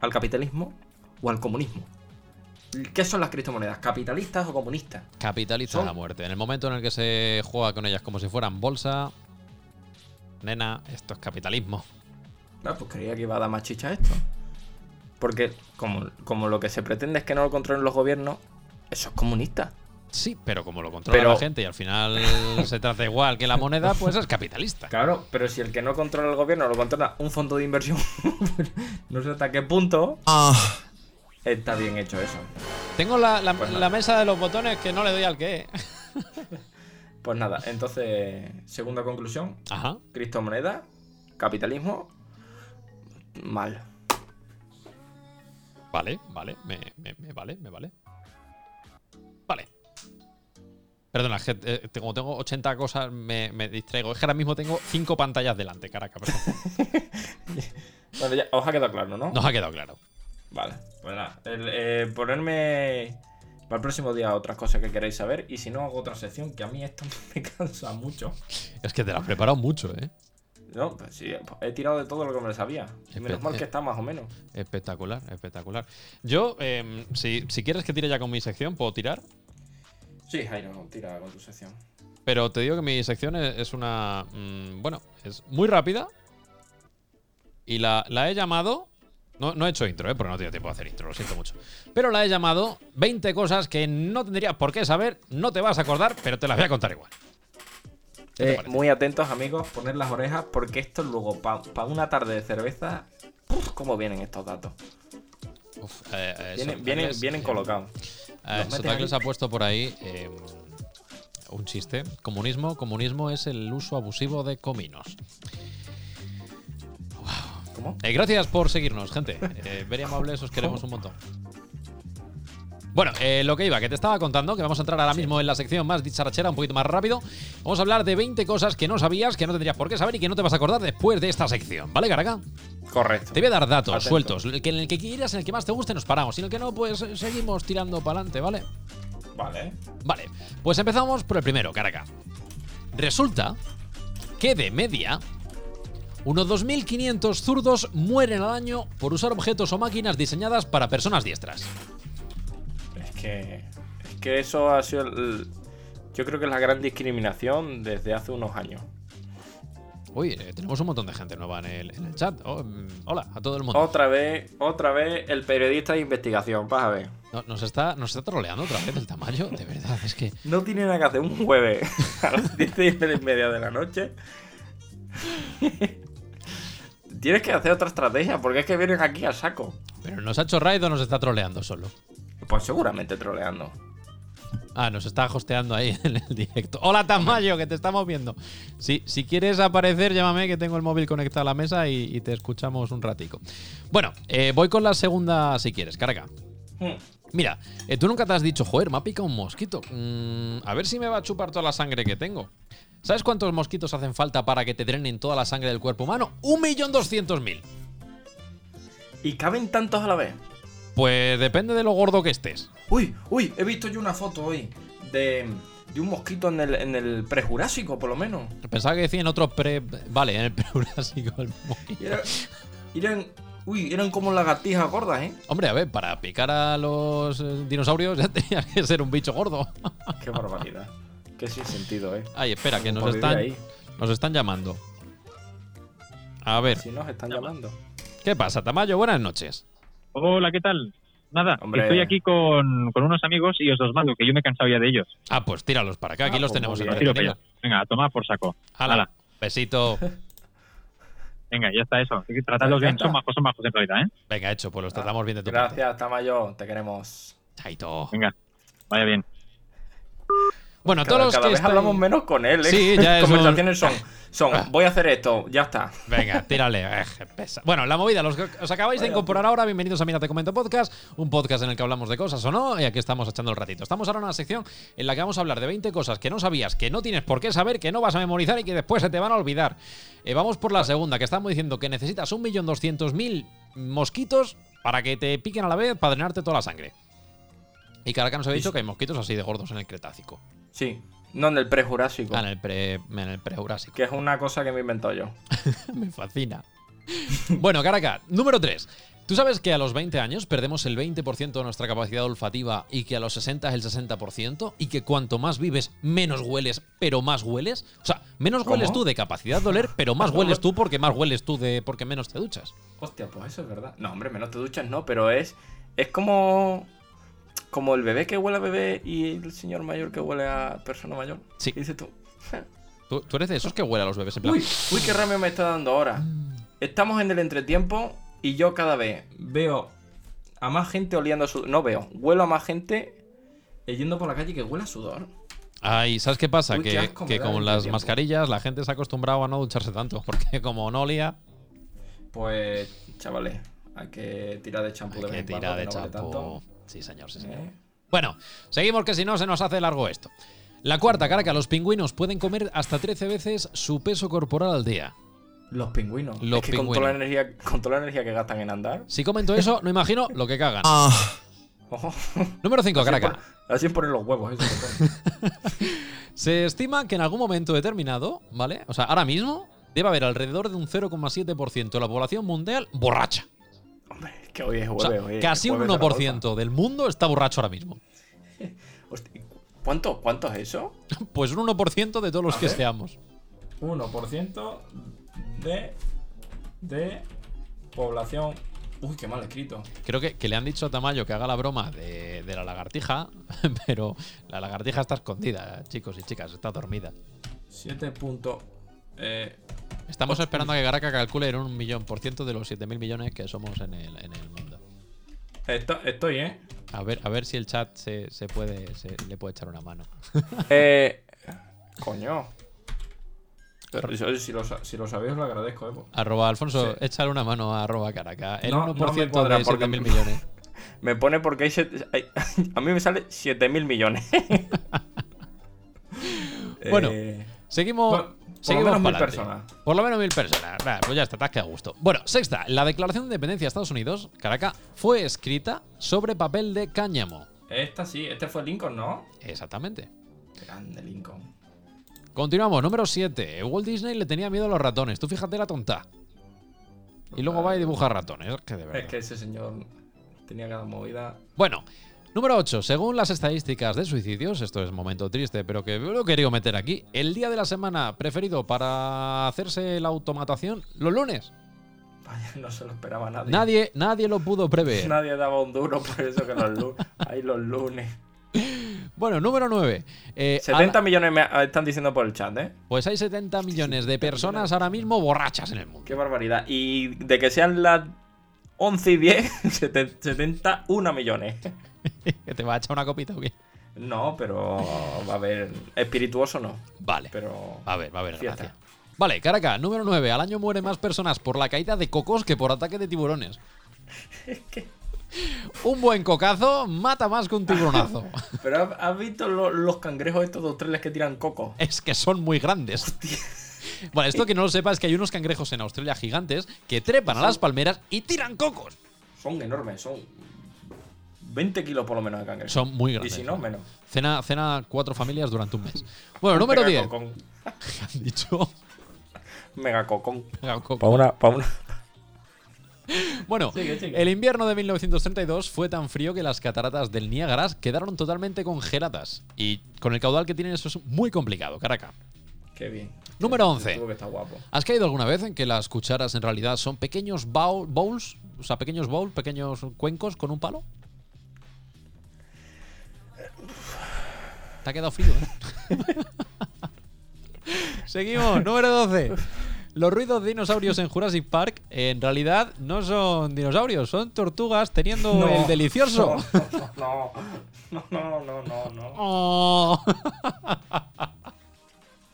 al capitalismo o al comunismo? ¿Qué son las criptomonedas? ¿Capitalistas o comunistas? Capitaliza Son- la muerte. En el momento en el que se juega con ellas como si fueran bolsa. Nena, esto es capitalismo. Ah, pues creía que iba a dar más chicha a esto. Porque como, como lo que se pretende es que no lo controlen los gobiernos, eso es comunista. Sí, pero como lo controla Pero- la gente y al final se trata igual que la moneda, pues es capitalista. Claro, pero si el que no controla el gobierno lo controla un fondo de inversión, no sé hasta qué punto está bien hecho eso. Ah. Tengo la, la- Pues nada. la mesa de los botones que no le doy al que. Pues nada, entonces, segunda conclusión, Ajá. criptomoneda, capitalismo, mal. Vale, vale, me, me- me vale, me vale. Vale. Perdona, es que, eh, te- como tengo 80 cosas, me, me distraigo. Es que ahora mismo tengo 5 pantallas delante, caraca. Pero Bueno, ya os ha quedado claro, ¿no? nos ha quedado claro. Vale, pues nada, el, eh, ponerme para el próximo día otras cosas que queréis saber y si no hago otra sección que a mí esto me cansa mucho. Es que te la has preparado mucho, ¿eh? No, pues sí, pues he tirado de todo lo que me sabía. Menos Espe- mal eh. que está más o menos. Espectacular, espectacular. Yo, em, si, si quieres que tire ya con mi sección, puedo tirar. Sí, Jairo, tira con tu sección. Pero te digo que mi sección es, es una. mm, bueno, es muy rápida. Y la, la he llamado. No, no he hecho intro, ¿eh? porque no he tenido tiempo de hacer intro, lo siento mucho. Pero la he llamado 20 cosas que no tendrías por qué saber, no te vas a acordar, pero te las voy a contar igual. ¿Qué te Eh, parece? muy atentos, amigos, poner las orejas porque esto luego, para una tarde de cerveza, ¡puf! ¿cómo vienen estos datos? Uf, eh, eh, Vienen, Sotacles, vienen, vienen eh, colocados. eh, Los metes Sotacles ahí. ha puesto por ahí eh, un chiste. Comunismo, comunismo es el uso abusivo de cominos. ¿Cómo? Eh, gracias por seguirnos, gente. Eh, very amables, os queremos un montón. Bueno, eh, lo que iba, que te estaba contando, que vamos a entrar ahora mismo en la sección más dicharachera, un poquito más rápido. Vamos a hablar de 20 cosas que no sabías, que no tendrías por qué saber y que no te vas a acordar después de esta sección. ¿Vale, Caraca? Correcto. Te voy a dar datos Atento. sueltos. El que, en el que quieras, en el que más te guste, nos paramos. Y en el que no, pues eh, seguimos tirando para adelante, ¿vale? Vale. Vale, pues empezamos por el primero, Caraca. Resulta que de media, unos 2.500 zurdos mueren al año por usar objetos o máquinas diseñadas para personas diestras. Es que, es que eso ha sido, el- yo creo que es la gran discriminación desde hace unos años. Uy, eh, tenemos un montón de gente nueva en el, en el chat. Oh, mm, hola a todo el mundo. Otra vez, otra vez el periodista de investigación, vas a ver. No- nos, está, nos está troleando otra vez el tamaño, de verdad, es que... No tiene nada que hacer un jueves a las 10 y media de la noche. Tienes que hacer otra estrategia porque es que vienen aquí a saco. Pero nos ha hecho raid o nos está troleando solo. Pues seguramente troleando. Ah, nos está hosteando ahí en el directo. Hola Tamayo, que te estamos viendo. Si, si quieres aparecer, llámame que tengo el móvil conectado a la mesa y, y te escuchamos un ratico. Bueno, eh, voy con la segunda si quieres, carga. Hmm. Mira, eh, tú nunca te has dicho, joder, me ha picado un mosquito. Mm, a ver si me va a chupar toda la sangre que tengo. ¿Sabes cuántos mosquitos hacen falta para que te drenen toda la sangre del cuerpo humano? Un millón doscientos mil. Y caben tantos a la vez. Pues depende de lo gordo que estés. Uy, uy, he visto yo una foto hoy de, de un mosquito en el, en el prejurásico, por lo menos. Pensaba que decían otro pre. Vale, en el preurásico el mosquito. Y era- eran, uy, eran como lagartijas gordas, ¿eh? Hombre, a ver, para picar a los eh, dinosaurios ya tenías que ser un bicho gordo. Qué barbaridad. Qué sin sentido, ¿eh? Ay, espera, que Como nos para están, vivir nos están llamando. A ver, Si nos están llamando. ¿qué pasa, Tamayo? Buenas noches. Hola, ¿qué tal? Nada, Hombre. estoy aquí con, con unos amigos y os los mando, que yo me he cansado ya de ellos. Ah, pues tíralos para acá, aquí Ah, los pues tenemos muy Los bien. tiro para entretenidos. allá. Venga, toma por saco. Hala, Hala. besito. Venga, ya está eso. Hay que tratarlos Ya bien, está. son majos, son majos en realidad, ¿eh? Venga, hecho, pues los tratamos bien de tu parte. Gracias, Tamayo. Te queremos. Chaito. Venga, vaya bien. Bueno, Cada, todos los cada que vez estáis- hablamos menos con él, ¿eh? Sí, ya es un- Ah. Conversaciones son, son, voy a hacer esto, ya está. Venga, tírale. Eh, qué pesa. Bueno, la movida, los que os acabáis de incorporar ahora, bienvenidos a Mira Te Comento Podcast, un podcast en el que hablamos de cosas o no, y aquí estamos echando el ratito. Estamos ahora en una sección en la que vamos a hablar de 20 cosas que no sabías, que no tienes por qué saber, que no vas a memorizar y que después se te van a olvidar. Eh, vamos por la segunda, que estamos diciendo que necesitas 1.200.000 mosquitos para que te piquen a la vez para drenarte toda la sangre. Y Caraca nos ha dicho que hay mosquitos así de gordos en el Cretácico. Sí, no en el prejurásico. Ah, en el, pre, en el Prejurásico. Que es una cosa que me he inventado yo. Me fascina. Bueno, Caraca, número 3. ¿Tú sabes que a los 20 años perdemos el 20% de nuestra capacidad olfativa y que a los 60 es el 60%? Y que cuanto más vives, menos hueles, pero más hueles. O sea, menos ¿Cómo? hueles tú de capacidad de oler, pero más hueles tú porque más hueles tú de porque menos te duchas. Hostia, pues eso es verdad. No, hombre, menos te duchas, no, pero es. Es como. Como el bebé que huele a bebé y el señor mayor que huele a persona mayor. Sí. Y dices tú. ¿Tú, tú eres de esos que huele a los bebés en plan. Uy, uy, qué rabia me está dando ahora. Estamos en el entretiempo y yo cada vez veo a más gente oliendo a sudor. No veo, huelo a más gente eh, yendo por la calle que huele a sudor. Ay, ¿sabes qué pasa? Uy, qué que asco me que da con el las tiempo. mascarillas la gente se ha acostumbrado a no ducharse tanto, porque como no olía, Pues, chavales, hay que tirar de champú hay de vez que en cuando, tirar de que no vale chapo. Sí, señor, sí, tanto. señor. ¿eh? Bueno, seguimos que si no se nos hace largo esto. La cuarta, caraca, los pingüinos pueden comer hasta 13 veces su peso corporal al día. Los pingüinos. Los es que con toda, pingüinos. la energía, con toda la energía que gastan en andar. Si comento eso, no imagino lo que cagan. Ojo. Número 5, caraca. Así ponen los huevos. eso, coño. Se estima que en algún momento determinado, ¿vale? O sea, ahora mismo debe haber alrededor de un 0,7% de la población mundial borracha. Hombre, que hoy es O sea, jueves. hoy es casi un jueves de la 1% del mundo está borracho ahora mismo. bolsa. Hostia, ¿Cuánto, ¿Cuánto es eso? Pues un 1% de todos los A que ver. seamos. 1% de, de población. Uy, qué mal escrito. Creo que, que le han dicho a Tamayo que haga la broma de, de la lagartija, pero la lagartija está escondida, chicos y chicas, está dormida. 7. Este punto, eh, Estamos esperando a que Garaca calcule en un millón por ciento de los 7.000 millones que somos en el, en el mundo. esto- estoy, ¿eh? A ver, a ver si el chat se, se puede se- le puede echar una mano. Eh. Coño. Pero yo- si, lo, sa- si lo sabéis, os lo agradezco, ¿eh? po. Arroba Alfonso, Sí. échale una mano a arroba Caraca. El No, no 1% me cuadra de porque- 7.000 millones. Me pone porque hay. siete- hay- a mí me sale 7000 millones. Bueno, Eh, Seguimos. Por- por lo seguimos menos mil pa'lante. personas. Por lo menos mil personas. Nah, pues ya está, te has quedado a gusto. Bueno, sexta. La Declaración de Independencia de Estados Unidos, Caraca, fue escrita sobre papel de cáñamo. Esta sí, este fue Lincoln, ¿no? Exactamente. Grande Lincoln. Continuamos, número 7. Walt Disney le tenía miedo a los ratones. Tú fíjate la tonta. Y luego va y dibuja ratones. Es que de verdad. Es que ese señor tenía cada movida. Bueno, número 8. Según las estadísticas de suicidios, esto es momento triste, pero que lo he querido meter aquí. El día de la semana preferido para hacerse la automatación, los lunes. Vaya, no se lo esperaba nadie. Nadie, nadie lo pudo prever. Nadie daba un duro por eso que los lunes. Ahí los lunes. Bueno, número 9. 70 millones me ah, están diciendo por el chat, ¿eh? Pues hay 70 millones de personas ahora mismo borrachas en el mundo. Qué barbaridad. Y de que sean las 11 y 10, 70 71 millones. ¿Que te va a echar una copita o qué? No, pero va a haber. Espirituoso no. Vale. Pero. A ver, va a haber Fiesta. gracia. Vale, Caracas, número 9. Al año mueren más personas por la caída de cocos que por ataque de tiburones. Un buen cocazo mata más que un tiburonazo. Pero ¿has- has visto lo- los cangrejos estos dos treles que tiran coco. es que son muy grandes. Bueno, esto que no lo sepa es que hay unos cangrejos en Australia gigantes que trepan a las palmeras y tiran cocos. Son enormes, son 20 kilos por lo menos de cangrejos. Son muy Y grandes. si no, menos. Cena, cena cuatro familias durante un mes. Bueno, número 10. Megacocón. Han dicho. Megacocón. Coco. Para una, pa' una. Bueno, Sigue, sigue. el invierno de 1932 fue tan frío que las cataratas del Niágara quedaron totalmente congeladas. Y con el caudal que tienen eso es muy complicado, Caraca. Qué bien. Número 11. Tuvo que estar guapo. ¿Has caído alguna vez en que las cucharas en realidad son pequeños bao- bowls? O sea, pequeños bowls, pequeños cuencos con un palo. Te ha quedado frío, ¿eh? Seguimos, número 12. Los ruidos de dinosaurios en Jurassic Park en realidad no son dinosaurios, son tortugas teniendo el delicioso. No, no, no, no, no, no. Oh.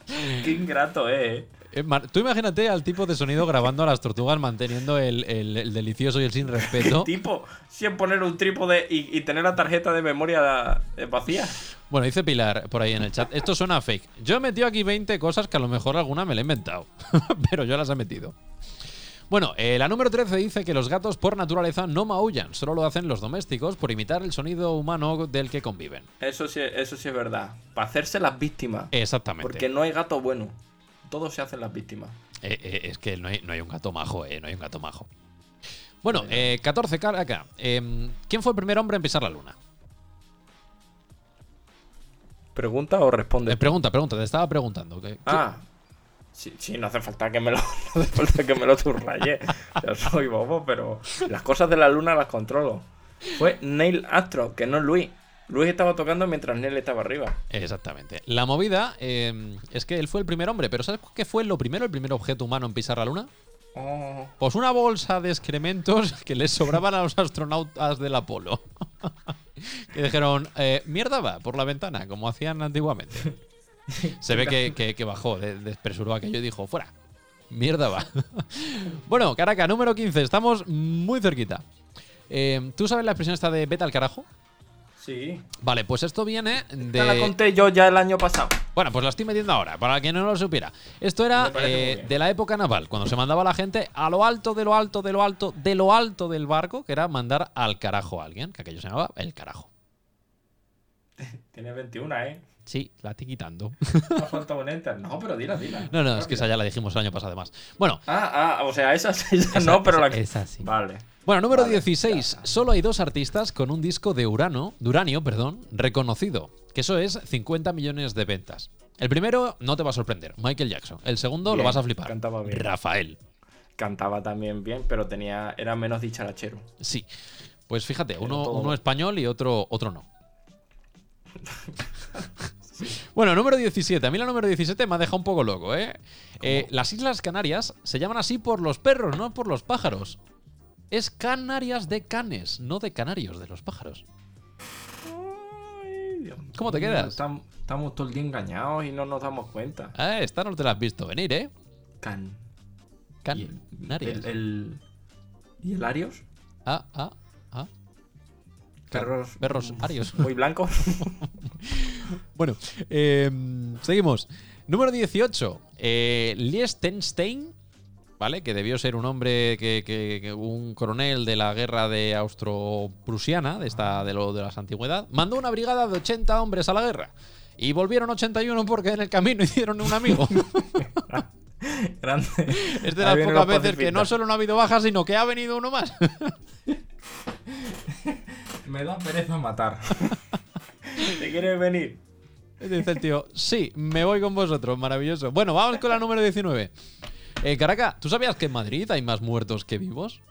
Mm. Qué ingrato, eh. Eh, Mar- Tú imagínate al tipo de sonido grabando a las tortugas manteniendo el, el- el delicioso y el sin respeto. Tipo, sin poner un trípode y, y tener la tarjeta de memoria eh, vacía. Bueno, dice Pilar por ahí en el chat. Esto suena fake. Yo he metido aquí 20 cosas que a lo mejor alguna me la he inventado. pero yo las he metido. Bueno, eh, la número 13 dice que los gatos por naturaleza no maullan, solo lo hacen los domésticos por imitar el sonido humano del que conviven. Eso sí, eso sí es verdad. Para hacerse las víctimas. Eh, Exactamente. Porque no hay gato bueno. Todos se hacen las víctimas. Eh, eh, es que no hay, no hay un gato majo, eh, no hay un gato majo. Bueno, eh, 14 cara acá. Em, ¿Quién fue el primer hombre en pisar la luna? ¿Pregunta o Eh, responde? pregunta, pregunta, te estaba preguntando. que- ah. Sí, sí, no hace falta que me lo, no hace falta que me lo subraye. Yo soy bobo, pero las cosas de la luna las controlo. Fue Neil Astro, que no Luis. Luis estaba tocando mientras Neil estaba arriba. Exactamente. La movida eh, es que él fue el primer hombre, pero ¿sabes qué fue lo primero, el primer objeto humano en pisar la luna? Oh, Pues una bolsa de excrementos que les sobraban a los astronautas del Apolo. que dijeron, eh, mierda va, por la ventana, como hacían antiguamente. Se ve que, que- que bajó, de- despresuró aquello y dijo, fuera. Mierda va. bueno, Caraca, número 15, estamos muy cerquita. Eh, ¿Tú sabes la expresión esta de vete al carajo? sí. Vale, pues esto viene de... Ya la conté yo ya el año pasado. Bueno, pues la estoy metiendo ahora, para quien no lo supiera. Esto era Me parece muy eh, bien. de la época naval, cuando se mandaba la gente a lo alto, de lo alto, de lo alto, de lo alto del barco, que era mandar al carajo a alguien, que aquello se llamaba el carajo. Tiene 21, ¿eh? Sí, la estoy quitando. No falta un enter. No, pero dila, dila. No, no, es que Rápido. esa ya la dijimos el año pasado, además. Bueno, Ah, ah, o sea, esa, esa no, pero la que. esa sí. Vale. Bueno, número Vale, 16. Solo hay dos artistas con un disco de urano, de uranio, perdón, reconocido, que eso es 50 millones de ventas. El primero no te va a sorprender, Michael Jackson. El segundo lo Bien, vas a flipar, cantaba bien. Rafael. Cantaba también bien, pero tenía era menos dicharachero. Sí. Pues fíjate, uno, todo uno mal. español y otro, otro no. bueno, número 17. A mí la número 17 me ha dejado un poco loco, ¿eh? Eh, Las Islas Canarias se llaman así por los perros, no por los pájaros. Es Canarias de canes, no de canarios de los pájaros. Ay, Dios ¿Cómo te mío, quedas? Estamos, estamos todo el día engañados y no nos damos cuenta. Ah, esta no te la has visto venir, ¿eh? Can. y el- Canarias. El, el- ¿Y el Arios? Ah, ah, ah. Perros. Perros arios. Muy blancos. Bueno, eh, seguimos. Número 18. Eh, Liechtenstein, ¿vale? Que debió ser un hombre que, que- que un coronel de la guerra de austro-prusiana, de esta de lo de la antigüedad, mandó una brigada de 80 hombres a la guerra. Y volvieron 81 porque en el camino hicieron un amigo. Grande. es de Ahí las vienen pocas los veces que pacifistas. no solo no ha habido bajas, sino que ha venido uno más. Me da pereza matar. ¿Te quieres venir? Dice el tío, sí, me voy con vosotros, maravilloso. Bueno, vamos con la número 19. Eh, Caraca, ¿tú sabías que en Madrid hay más muertos que vivos?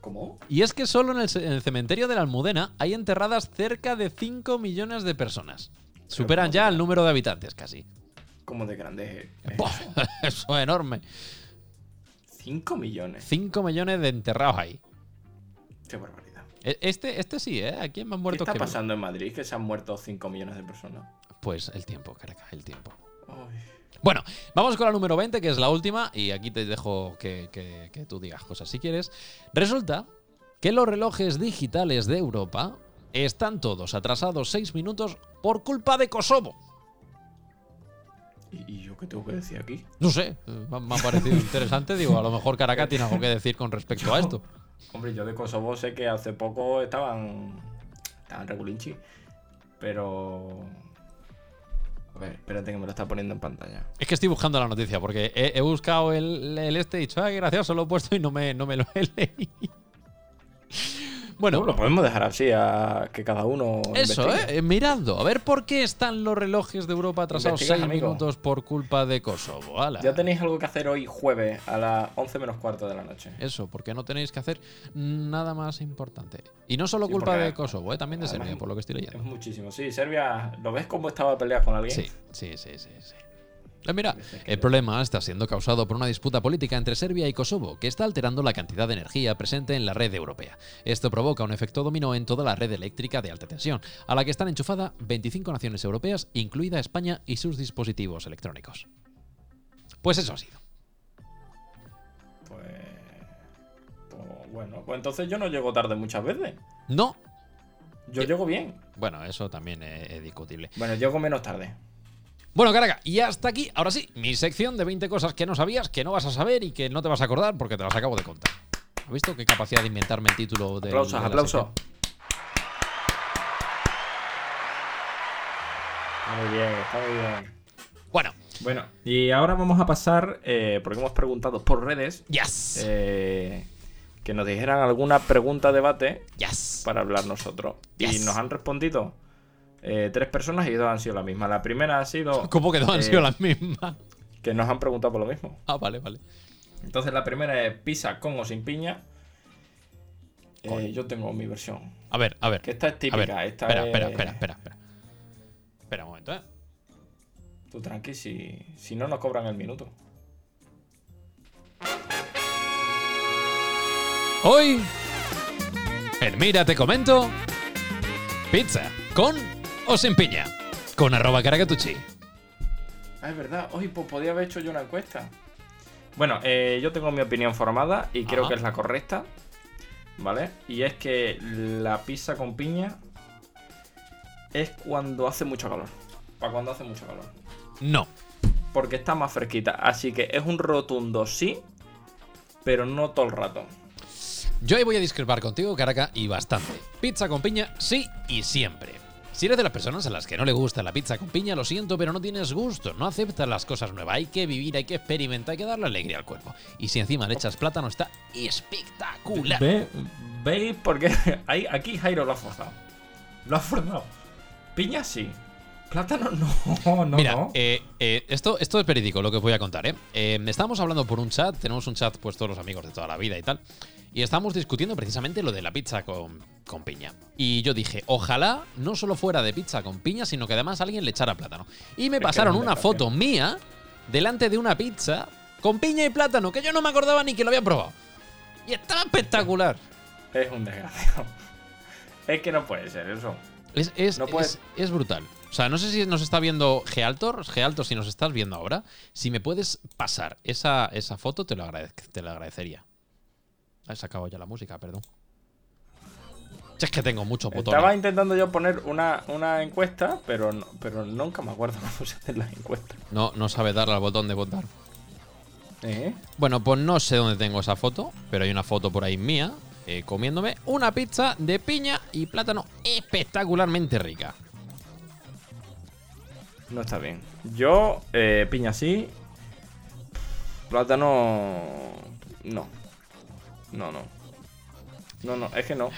¿Cómo? Y es que solo en el, ce- en el cementerio de la Almudena hay enterradas cerca de 5 millones de personas. Superan ya el número de habitantes casi. ¿Cómo de grande es? Buah, Eso es enorme. 5 millones. 5 millones de enterrados ahí. Qué barbaridad. E- Este, este sí, ¿eh? Aquí hay más ¿Qué muertos está que vivos. pasando en Madrid que se han muerto 5 millones de personas? Pues el tiempo, caraca, el tiempo. Uy. Bueno, vamos con la número 20, que es la última, y aquí te dejo que, que- que tú digas cosas si quieres. Resulta que los relojes digitales de Europa están todos atrasados 6 minutos por culpa de Kosovo. ¿Y, y yo qué tengo que decir aquí? No sé, eh, me ha- me ha parecido interesante. Digo, a lo mejor Caracas tiene algo que decir con respecto a esto. Hombre, yo de Kosovo sé que hace poco estaban. Estaban regulinchi. Pero. A ver, espérate que me lo está poniendo en pantalla. Es que estoy buscando la noticia porque he, he buscado el, el este y he dicho, ah, qué gracioso, lo he puesto y no me, no me lo he leído. Bueno, No, lo podemos dejar así, a que cada uno. Eso, investigue. ¿eh? Mirando, a ver por qué están los relojes de Europa atrasados Investigas, 6 amigo. minutos por culpa de Kosovo. Ala. Ya tenéis algo que hacer hoy jueves a las 11 menos cuarto de la noche. Eso, porque no tenéis que hacer nada más importante. Y no solo Sí, culpa porque de Kosovo, ¿eh? también de además- Serbia, por lo que estoy Es leyendo. muchísimo. Sí, Serbia, ¿lo ves cómo estaba peleando con alguien? Sí, sí, sí, sí. sí. Eh, Mira, Veces que- el problema está siendo causado por una disputa política entre Serbia y Kosovo, que está alterando la cantidad de energía presente en la red europea. Esto provoca un efecto dominó en toda la red eléctrica de alta tensión, a la que están enchufadas 25 naciones europeas, incluida España y sus dispositivos electrónicos. Pues eso ha sido. Pues. pues bueno, pues entonces yo no llego tarde muchas veces. No. Yo llego bien. Bueno, eso también es, es discutible. Bueno, llego menos tarde. Bueno, Caraca, y hasta aquí, ahora sí, mi sección de 20 cosas que no sabías, que no vas a saber y que no te vas a acordar porque te las acabo de contar. ¿Has visto qué capacidad de inventarme el título de. Aplausos, aplausos. Está muy bien, está muy bien. Bueno, Bueno, y ahora vamos a pasar, eh, porque hemos preguntado por redes, yes. eh, que nos dijeran alguna pregunta debate yes. para hablar nosotros. Yes. Y nos han respondido eh, tres personas y dos han sido la misma. La primera ha sido ¿Cómo que no han eh, sido las mismas? que nos han preguntado por lo mismo. Ah, vale, vale. Entonces la primera es pizza con o sin piña. Eh, yo tengo mi versión. A ver, a ver. Que esta es a ver, típica. esta espera, es- espera, espera, espera, espera. Espera un momento, ¿eh? Tú tranqui, si, si no nos cobran el minuto. Hoy, en Mira te comento, pizza, con o sin piña, con arroba caracatuchi. Ah, es verdad. Hoy pues podía haber hecho yo una encuesta. Bueno, eh, yo tengo mi opinión formada y creo Ajá. que es la correcta. ¿Vale? Y es que la pizza con piña es cuando hace mucho calor. Para cuando hace mucho calor. No, Porque está más fresquita. Así que es un rotundo sí, pero no todo el rato. yo ahí voy a discrepar contigo, Caraca, y bastante. Pizza con piña, sí y siempre. Si eres de las personas a las que no le gusta la pizza con piña, lo siento, pero no tienes gusto, no aceptas las cosas nuevas, hay que vivir, hay que experimentar, hay que darle alegría al cuerpo. Y si encima le echas plátano, está espectacular. Ve- ¿Veis? Porque ahí, aquí Jairo lo ha forzado. Lo ha forzado. Piña sí. Plátano no, no, Mira, no. eh, eh, esto, esto es verídico lo que os voy a contar, ¿eh? Eh, Estábamos hablando por un chat, tenemos un chat pues todos los amigos de toda la vida y tal, y estábamos discutiendo precisamente lo de la pizza con, con piña. Y yo dije, ojalá no solo fuera de pizza con piña, sino que además alguien le echara plátano. Y me Es que pasaron es una una gracia. foto mía delante de una pizza con piña y plátano, que yo no me acordaba ni que lo había probado. Y estaba espectacular. Es un desgraciado. Es que no puede ser eso. Es, es- No puedes- es- es brutal. O sea, no sé si nos está viendo Gealtor, Gealtor, si nos estás viendo ahora, si me puedes pasar esa, esa foto, te lo, agradez- te lo agradecería. He sacado ya la música, perdón. Si es que tengo ¿eh? muchos Estaba botones. intentando yo poner una, una encuesta, pero, no- pero nunca me acuerdo cómo se hacen las encuestas. No, no sabe darle al botón de votar. ¿Eh? Bueno, pues no sé dónde tengo esa foto, pero hay una foto por ahí mía eh, comiéndome una pizza de piña y plátano espectacularmente rica. No está bien. Yo, eh, piña sí. Plátano. No. No, no. No, no, es que no.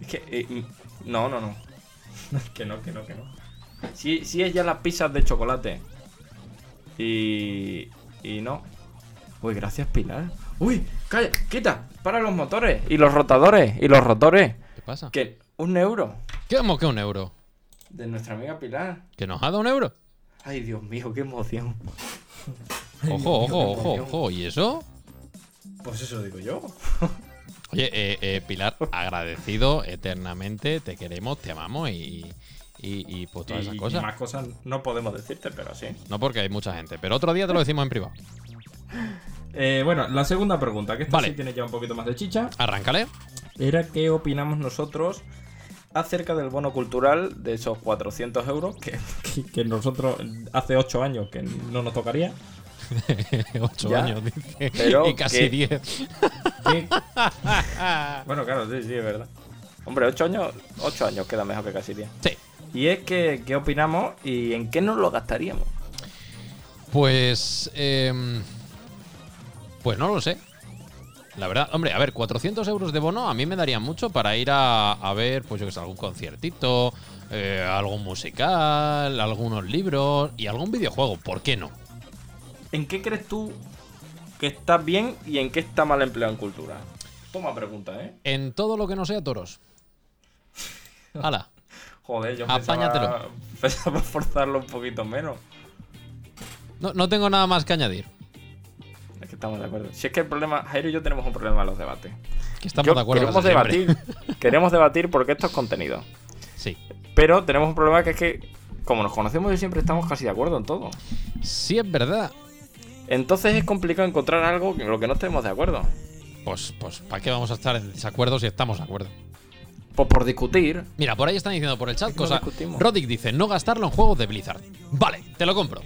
Es que. eh, mm, no, no, no. que no, que no, que no. Sí, sí es ya las pizzas de chocolate. Y. Y no. Uy, gracias, Pilar. Uy, calla, quita, para los motores. Y los rotadores, y los rotores. ¿Qué pasa? Que un euro ¿Qué como que un euro? de nuestra amiga Pilar. ¿Que nos ha dado un euro? Ay, Dios mío, qué emoción. Ojo, ojo, mío, ojo, Dios. ojo. ¿Y eso? Pues eso digo yo. Oye, eh, eh, Pilar, agradecido eternamente. Te queremos, te amamos y, y, y, pues todas esas Y- y cosas. más cosas no podemos decirte, pero sí. No porque hay mucha gente, pero otro día te lo decimos en privado. Eh, bueno, la segunda pregunta, que esta Vale. sí tiene ya un poquito más de chicha, Arráncale. era qué opinamos nosotros acerca del bono cultural de esos 400 euros que, que- que nosotros hace 8 años que no nos tocaría. Ocho Ya. años, dice. Pero y casi que- diez. Que- bueno, claro, sí, sí, es verdad. Hombre, 8 años, 8 años queda mejor que casi 10. Sí. Y es que, ¿qué opinamos y en qué nos lo gastaríamos? Pues. em, pues no lo sé. La verdad, hombre, a ver, 400 euros de bono a mí me daría mucho para ir a, a ver, pues yo que sé, algún conciertito, eh, algún musical, algunos libros y algún videojuego. ¿Por qué no? ¿En qué crees tú que está bien y en qué está mal empleado en cultura? Toma pregunta, ¿eh? En todo lo que no sea toros. Hala. Joder, yo Apáñatelo. pensaba, pensaba forzarlo un poquito menos. No, no tengo nada más que añadir. Es que estamos de acuerdo. Si es que el problema, Jairo y yo tenemos un problema en los debates. Que estamos Yo- de acuerdo. queremos casi siempre. debatir, queremos debatir porque esto es contenido. Sí. Pero tenemos un problema que es que, como nos conocemos, yo siempre estamos casi de acuerdo en todo. Sí, es verdad. Entonces es complicado encontrar algo en lo que no estemos de acuerdo. Pues, pues, ¿para qué vamos a estar en desacuerdo si estamos de acuerdo? Pues por discutir. Mira, por ahí están diciendo por el chat Es que no cosas. discutimos. Roddick dice, no gastarlo en juegos de Blizzard. Vale, te lo compro.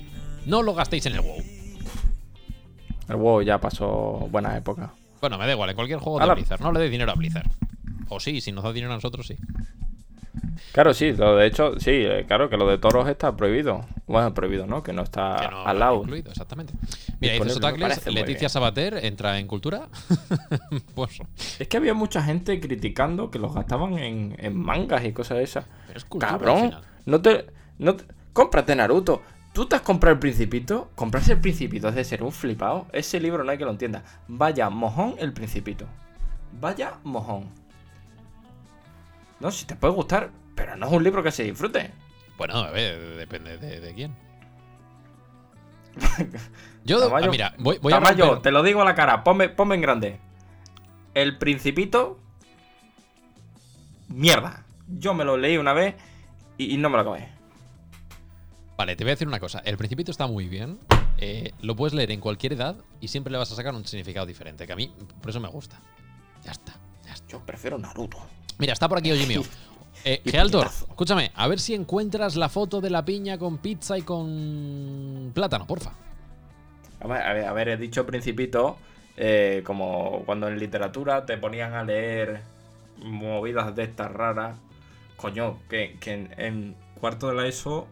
No lo gastéis en el WoW. El WoW ya pasó buena época. Bueno, me da igual, en cualquier juego de Ala. Blizzard. No le dé dinero a Blizzard. O sí, si nos da dinero a nosotros, sí. Claro, sí, lo de hecho, sí, eh, claro que lo de toros está prohibido. Bueno, prohibido, ¿no? Que no está Que no al lado. incluido, exactamente. Mira, dice Disponible, me Sotacles, parece muy Leticia bien. Sabater entra en cultura. pues, Es que había mucha gente criticando que los gastaban en, en mangas y cosas de esas. es cultura al Cabrón, final. no te, no te- Cómprate Naruto. ¿Tú te has comprado el Principito? Comprarse el Principito es de ser un flipado. Ese libro no hay que lo entienda. Vaya mojón el Principito. Vaya mojón. No, si te puede gustar, pero no es un libro que se disfrute. Bueno, a ver, depende de, de quién. Yo, ah, Tamayo- mira, voy, voy a Tamayo, romper- te lo digo a la cara, ponme, ponme en grande. El Principito. Mierda. Yo me lo leí una vez y, y no me lo acabé. Vale, te voy a decir una cosa. El Principito está muy bien. eh, lo puedes leer en cualquier edad y siempre le vas a sacar un significado diferente. Que a mí, por eso me gusta. Ya está. ya está. Yo prefiero Naruto. Mira, está por aquí, oye mío. Eh, Y Geraldor, puñetazo. escúchame, a ver si encuentras la foto de la piña con pizza y con plátano, porfa. A ver, a ver, a ver, he dicho Principito, eh, como cuando en literatura te ponían a leer movidas de estas raras. Coño, que, que en, en cuarto de la ESO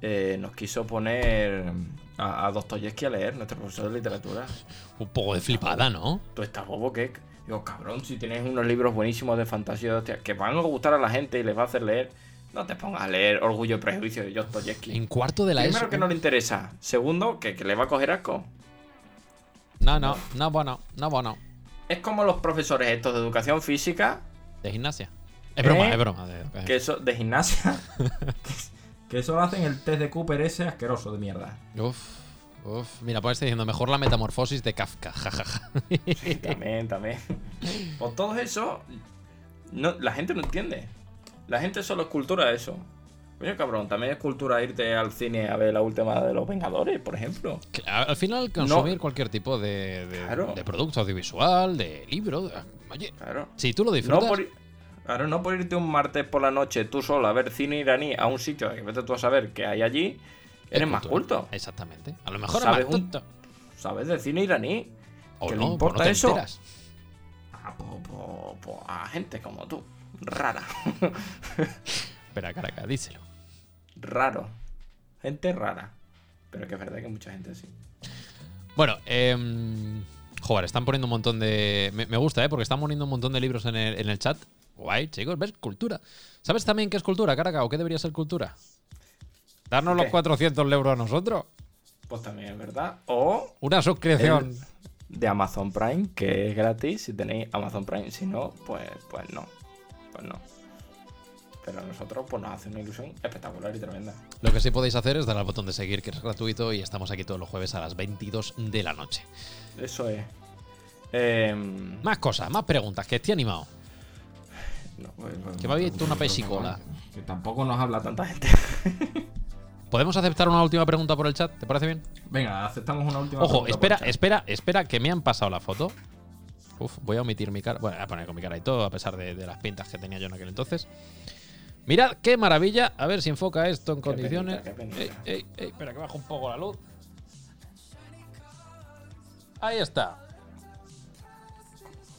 eh, nos quiso poner a, a Dostoyevsky a leer, nuestro profesor de literatura. Un poco de flipada, ¿no? ¿Tú estás bobo qué? Digo, cabrón, si tienes unos libros buenísimos de fantasía, hostia, que van a gustar a la gente y les va a hacer leer, no te pongas a leer Orgullo y Prejuicio de Dostoyevsky. En cuarto de la Primero ESO. ¿eh? que no le interesa. Segundo, que, que le va a coger asco. No, no, no, bueno, no, bueno. Es como los profesores estos de educación física, De gimnasia. Es broma, ¿Eh? es broma. de- que eso, de gimnasia, que eso lo hacen el test de Cooper ese asqueroso de mierda. Uf, uf. Mira, pues está diciendo mejor la metamorfosis de Kafka, jajaja. Sí, también, también. Pues todo eso, no, la gente no entiende. La gente solo es cultura eso. Coño, cabrón, también es cultura irte al cine a ver la última de los Vengadores, por ejemplo. Que a- Al final, consumir cualquier tipo de, de, Claro. de producto audiovisual, de libro. de- Oye, Claro. si tú lo No disfrutas. por, claro, no por irte un martes por la noche tú solo a ver cine iraní a un sitio que vete tú a saber que hay allí, es eres más cultura. culto. Exactamente. A lo mejor es Sabes más un- culto. ¿Sabes de cine iraní? O ¿Qué le no, pues importa no te eso? enteras. Ah, po- po- po- a gente como tú. Rara. Espera, caraca, díselo. Raro. Gente rara. Pero que es verdad que mucha gente sí. Bueno, eh, joder, están poniendo un montón de. Me, me gusta, ¿eh? Porque están poniendo un montón de libros en el, en el chat. Guay, chicos, ¿ves? Cultura. ¿Sabes también qué es cultura, caraca? ¿O qué debería ser cultura? ¿Darnos los ¿Qué? 400 euros a nosotros? Pues también es verdad. O Una suscripción. de Amazon Prime, que es gratis si tenéis Amazon Prime. Si no, pues, pues no. Pues no. Pero a nosotros pues nos hace una ilusión espectacular y tremenda. Lo que sí podéis hacer es dar al botón de seguir, que es gratuito, y estamos aquí todos los jueves a las 22 de la noche. Eso es. Em, Más cosas, más preguntas, que estoy animado. no, pues, Que me ha abierto una pesicola. Que tampoco nos habla tanta tanta gente. ¿Podemos aceptar una última pregunta por el chat? ¿Te parece bien? Venga, aceptamos una última. Ojo, pregunta por espera, el chat. espera, espera, que me han pasado la foto. Uf, voy a omitir mi cara. Bueno, voy a poner con mi cara y todo, a pesar de, de las pintas que tenía yo en aquel entonces. Mirad qué maravilla. A ver si enfoca esto en condiciones. penita, qué penita. Ey, ey, ey, espera, que bajo un poco la luz. Ahí está.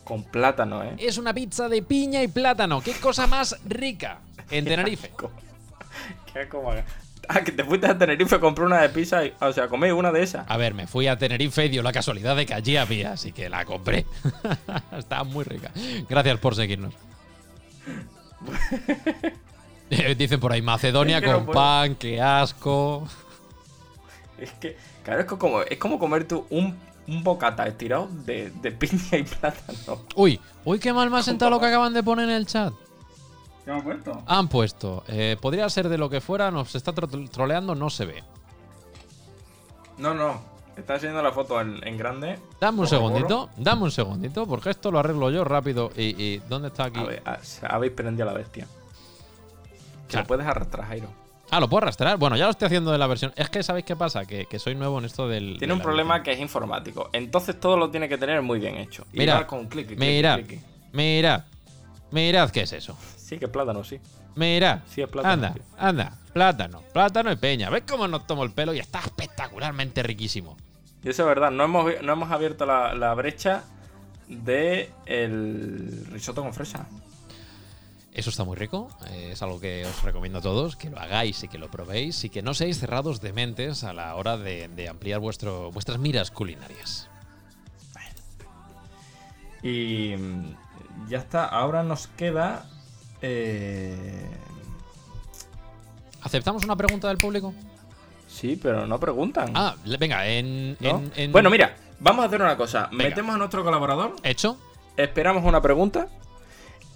Con plátano, ¿eh? Es una pizza de piña y plátano. ¡Qué cosa más rica! En Tenerife. Co- Qué como... Ah, que te fuiste a Tenerife, compré una de pizza y... O sea, comí una de esas. A ver, me fui a Tenerife y dio la casualidad de que allí había, así que la compré. Estaba muy rica. Gracias por seguirnos. Eh, Dicen por ahí Macedonia Es que no con puedo. pan, qué asco. Es que, claro, es que como, es como comer tú un, un bocata estirado de, de piña y plátano. Uy, uy, qué mal me ha sentado lo que acaban de poner en el chat. ¿Qué me ha puesto? Han puesto, eh, podría ser de lo que fuera, nos está tro- troleando, no se ve. No, no. Está haciendo la foto en, en grande. Dame un Por favor. segundito, dame un segundito, porque esto lo arreglo yo rápido. ¿Y, y dónde está aquí? A ver, a- habéis prendido a la bestia. Que Claro. lo puedes arrastrar, Jairo. Ah, lo puedo arrastrar. Bueno, ya lo estoy haciendo de la versión. Es que, ¿sabéis qué pasa? Que, que soy nuevo en esto del. de Tiene un la problema que es informático. Entonces todo lo tiene que tener muy bien hecho. Y Mira, dar con clic, clic, Mirad, clic. mirad, mirad qué es eso. Sí, que plátano, sí. Mirad. Sí, es plátano, Anda, tío. anda, plátano, plátano y peña. ¿Ves cómo nos tomo el pelo? Y está espectacularmente riquísimo. Y eso es verdad, no hemos, no hemos abierto la, la brecha de el risotto con fresa. Eso está muy rico, eh, es algo que os recomiendo a todos, que lo hagáis y que lo probéis y que no seáis cerrados de mentes a la hora de, de ampliar vuestro, vuestras miras culinarias. Y mm, ya está, ahora nos queda... eh, ¿Aceptamos una pregunta del público? Sí, pero no preguntan. Ah, le- venga, en... ¿no? en- en- Bueno, mira, vamos a hacer una cosa. Venga. Metemos a nuestro colaborador, ¿Hecho? esperamos una pregunta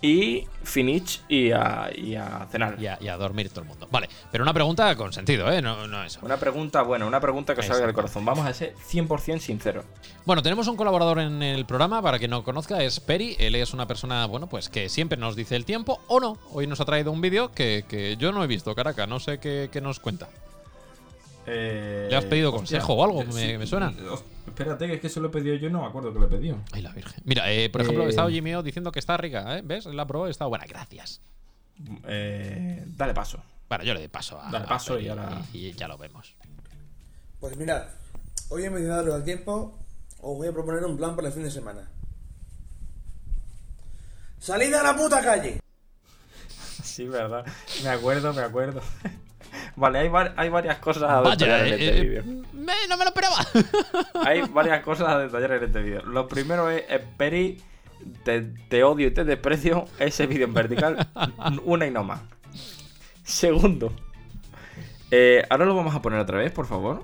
y finish y a, y a cenar. Y a, y a dormir todo el mundo. Vale, pero una pregunta con sentido, ¿eh? No, no eso. Una pregunta buena, una pregunta que os salga del Exacto. corazón. Vamos a ser 100% sinceros. Bueno, tenemos un colaborador en el programa, para quien no conozca, es Peri. Él es una persona, bueno, pues que siempre nos dice el tiempo o no. Hoy nos ha traído un vídeo que, que yo no he visto, Caraca, no sé qué, qué nos cuenta. Eh, ¿Le has pedido hostia, consejo o algo? eh, Me- me suena. eh, os- Espérate, que es que se lo he pedido yo, no me acuerdo que lo he pedido. Ay, la virgen. Mira, eh, por ejemplo, Eh. he estado Jimmy O diciendo que está rica, ¿eh? ¿Ves? La probó y está buena, gracias. Eh, dale paso. Bueno, yo le doy paso a. Dale paso a Peri y ahora- y ya lo vemos. Pues mirad, hoy en vez de daros al tiempo, os voy a proponer un plan para el fin de semana. ¡Salid a la puta calle! Sí, verdad. Me acuerdo, me acuerdo. Vale, hay, var- hay varias cosas a detallar Vaya, en eh, este eh, vídeo. me- no me lo esperaba. Hay varias cosas a detallar en este vídeo. Lo primero es, eh, Peri, te, te odio y te desprecio ese vídeo en vertical. Una y no más. Segundo, eh, ahora lo vamos a poner otra vez, por favor.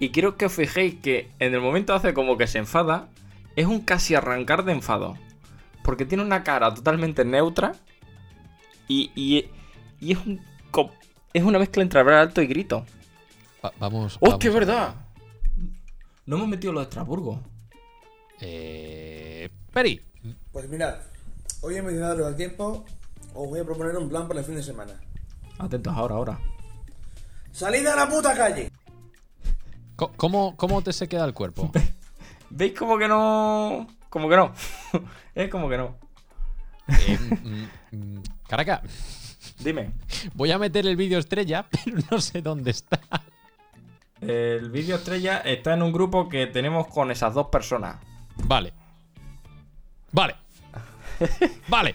Y quiero que os fijéis que en el momento hace como que se enfada, es un casi arrancar de enfado. Porque tiene una cara totalmente neutra y, y- y es un co- es una mezcla entre hablar alto y grito. Va- vamos. ¡Hostia, vamos. es verdad! No hemos metido lo de Estrasburgo. Eh, Peri. Pues mirad, hoy en vez de daros al tiempo, os voy a proponer un plan para el fin de semana. Atentos ahora, ahora. ¡Salid a la puta calle! co- ¿Cómo, ¿Cómo te se queda el cuerpo? ¿Veis como que no? Como que no. es como que no. Eh, mm, mm, caraca, Dime. voy a meter el vídeo estrella, pero no sé dónde está. El vídeo estrella está en un grupo que tenemos con esas dos personas. Vale. Vale. Vale.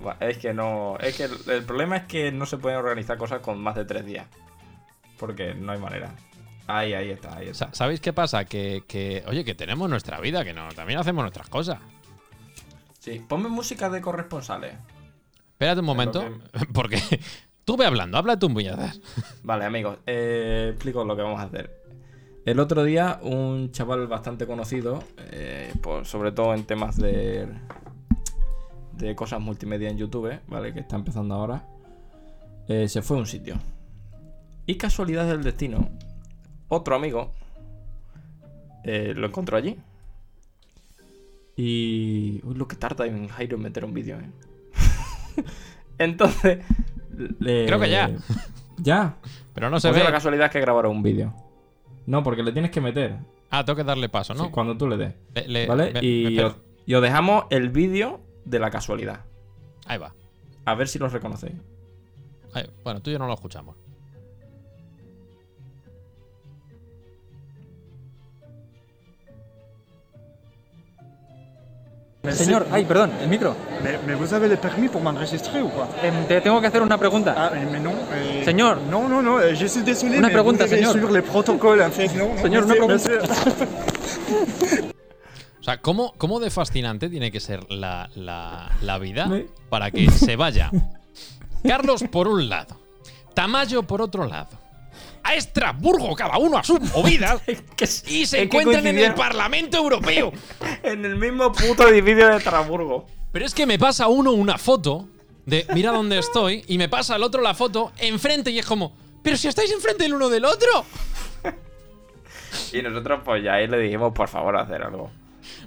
Buah, Es que no. Es que el, el problema es que no se pueden organizar cosas con más de tres días. Porque no hay manera. Ahí, ahí está, ahí está. Sa- ¿Sabéis qué pasa? Que, que, oye, que tenemos nuestra vida, que no, también hacemos nuestras cosas. Sí, ponme música de corresponsales. Espérate un momento, que- porque tú ve hablando, habla tú en buñazas. Vale, amigos, eh, explico lo que vamos a hacer. El otro día, un chaval bastante conocido, eh, por- sobre todo en temas de, de cosas multimedia en YouTube, ¿vale? Que está empezando ahora, eh, se fue a un sitio. Y casualidad del destino, otro amigo eh, lo encontró allí. Y. Uy, lo que tarda en Jairo en meter un vídeo, ¿eh? Entonces. le- Creo que ya. Ya. Pero no se O sea, ve. Pues la casualidad es que grabaron un vídeo. No, porque le tienes que meter. Ah, tengo que darle paso, ¿no? sí, cuando tú le des. Le- le- ¿Vale? me- me y, espero. os, y os dejamos el vídeo de la casualidad. Ahí va. A ver si los reconocéis. Ahí- Bueno, tú y yo no lo escuchamos. Señor, ay, perdón, el micro. Mais, mais vous avez le permis pour m'enregistrer ou quoi Em, te tengo que hacer una pregunta. Ah, mais non. euh, Señor. Non, non, non, euh, je suis désolé. Una mais pregunta, vous devez señor. suivre les protocoles, en fait. Non, non, Señor, una monsieur, pregunta. monsieur. O sea, ¿cómo, cómo de fascinante tiene que ser la, la- la vida Me- para que se vaya? Carlos por un lado, Tamayo por otro lado, a Estrasburgo cada uno a sus movidas y se encuentran en el Parlamento Europeo. En el mismo puto edificio de Estrasburgo. Pero es que me pasa uno una foto de mira dónde estoy y me pasa al otro la foto enfrente y es como, pero si estáis enfrente el uno del otro. Y nosotros, pues ya ahí le dijimos, por favor, hacer algo.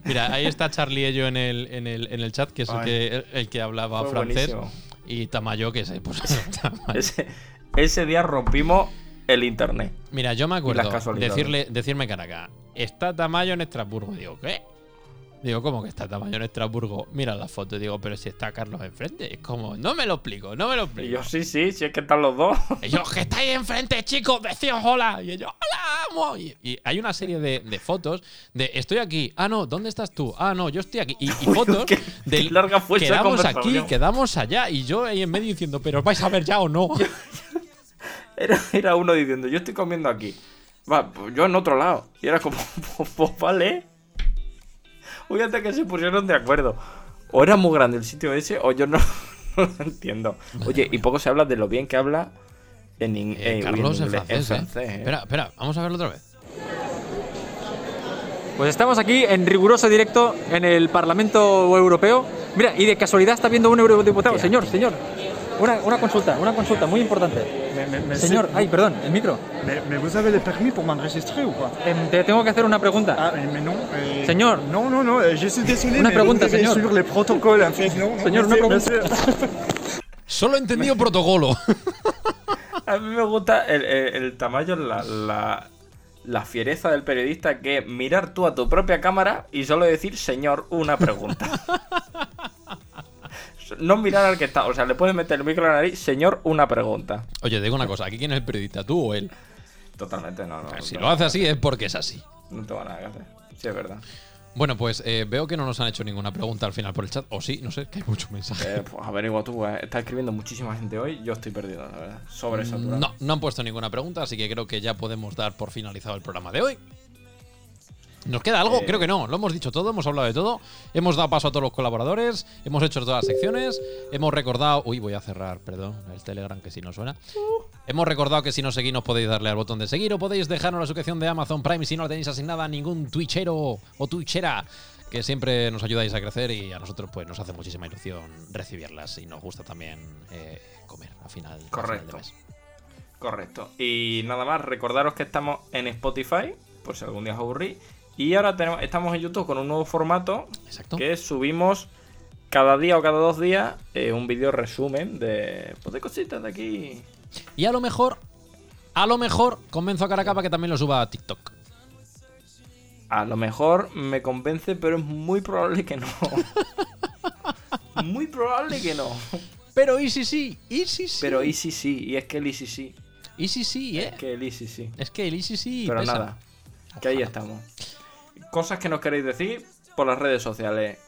Mira, ahí está Charlie Ello en el, en el, en el chat, que es el Ay. que, el, el que hablaba Fue francés. buenísimo. Y Tamayo, que se puso. Tamayo. Ese, ese día rompimos el internet. Mira, yo me acuerdo las casualidades. decirle, decirme Caracas, está Tamayo en Estrasburgo. Digo, ¿qué? Digo, ¿cómo que está Tamayo en Estrasburgo? Mira la foto, digo, pero si está Carlos enfrente. Es como, no me lo explico, no me lo Y explico. yo, sí, sí, sí es que están los dos. Ellos que estáis enfrente, chicos, decíos hola. Y ellos, hola, amo. Y, y hay una serie de, de fotos de estoy aquí. Ah, no, ¿dónde estás tú? Ah, no, yo estoy aquí. Y, y Uy, fotos qué- de qué larga fue esa quedamos aquí, conversación. quedamos allá. Y yo ahí en medio diciendo, pero ¿os vais a ver ya o no. Era, era uno diciendo, yo estoy comiendo aquí. Va, pues yo en otro lado. Y era como, pues, pues vale. Uy, hasta que se pusieron de acuerdo. O era muy grande el sitio ese, o yo no, no lo entiendo. Oye, y poco se habla de lo bien que habla en, in- Eh, eh, uy, en Carlos en inglés- francés, en ¿eh? francés, ¿eh? Espera, espera, vamos a verlo otra vez. Pues estamos aquí en riguroso directo en el Parlamento Europeo. Mira, y de casualidad está viendo un eurodiputado. Señor, señor, una, una consulta, una consulta muy importante. Mais, mais- mais Señor, c'est- ay, perdón, el micro. Mais, mais vous avez le permis pour m'enregistrer ou quoi Em, te tengo que hacer una pregunta. Ah, mais- mais non. euh, Señor. Non, non, non, euh, je suis désolé. Una mais pregunta, vous devez señor. suivre les protocoles, en fait. Non, non, Señor, una monsieur, pregunta. monsieur. Solo he entendido protocolo. A mí me gusta el, el, el tamaño, la, la, la fiereza del periodista que es mirar tú a tu propia cámara y solo decir, señor, una pregunta. no mirar al que está, o sea, le puedes meter el micro en la nariz, señor, una pregunta. Oye, te digo una cosa, ¿aquí quién es el periodista? ¿Tú o él? Pues Totalmente, no, no. Si no, lo hace así es porque es así. No tengo nada que hacer. Sí, es verdad. Bueno, pues eh, veo que no nos han hecho ninguna pregunta al final por el chat. O sí, no sé, que hay muchos mensajes. Eh, pues averigua tú, eh. está escribiendo muchísima gente hoy, yo estoy perdido, la verdad. Sobresaturado. No, no han puesto ninguna pregunta, así que creo que ya podemos dar por finalizado el programa de hoy. ¿Nos queda algo? Eh. Creo que no. Lo hemos dicho todo, hemos hablado de todo. Hemos dado paso a todos los colaboradores, hemos hecho todas las secciones, hemos recordado. Uy, voy a cerrar, perdón, el Telegram que si no suena. Uh. Hemos recordado que si nos seguís, nos podéis darle al botón de seguir o podéis dejarnos la suscripción de Amazon Prime si no la tenéis asignada a ningún Twitchero o Twitchera. Que siempre nos ayudáis a crecer y a nosotros pues nos hace muchísima ilusión recibirlas y nos gusta también eh, comer al final, al final de Correcto. mes. Correcto. Y nada más, recordaros que estamos en Spotify, por si algún día os aburrís. Y ahora tenemos, estamos en YouTube con un nuevo formato Exacto. que subimos cada día o cada dos días eh, un vídeo resumen de, pues, de cositas de aquí. Y a lo mejor, a lo mejor, convenzo a Caracapa que también lo suba a TikTok. A lo mejor me convence, pero es muy probable que no. muy probable que no. Pero y si sí, y si sí. Pero Easy sí, y es que el Easy sí. y si sí, eh. Es que el Easy sí. Es que el Easy sí. Pero pesa. nada, que ahí estamos. Cosas que nos queréis decir por las redes sociales.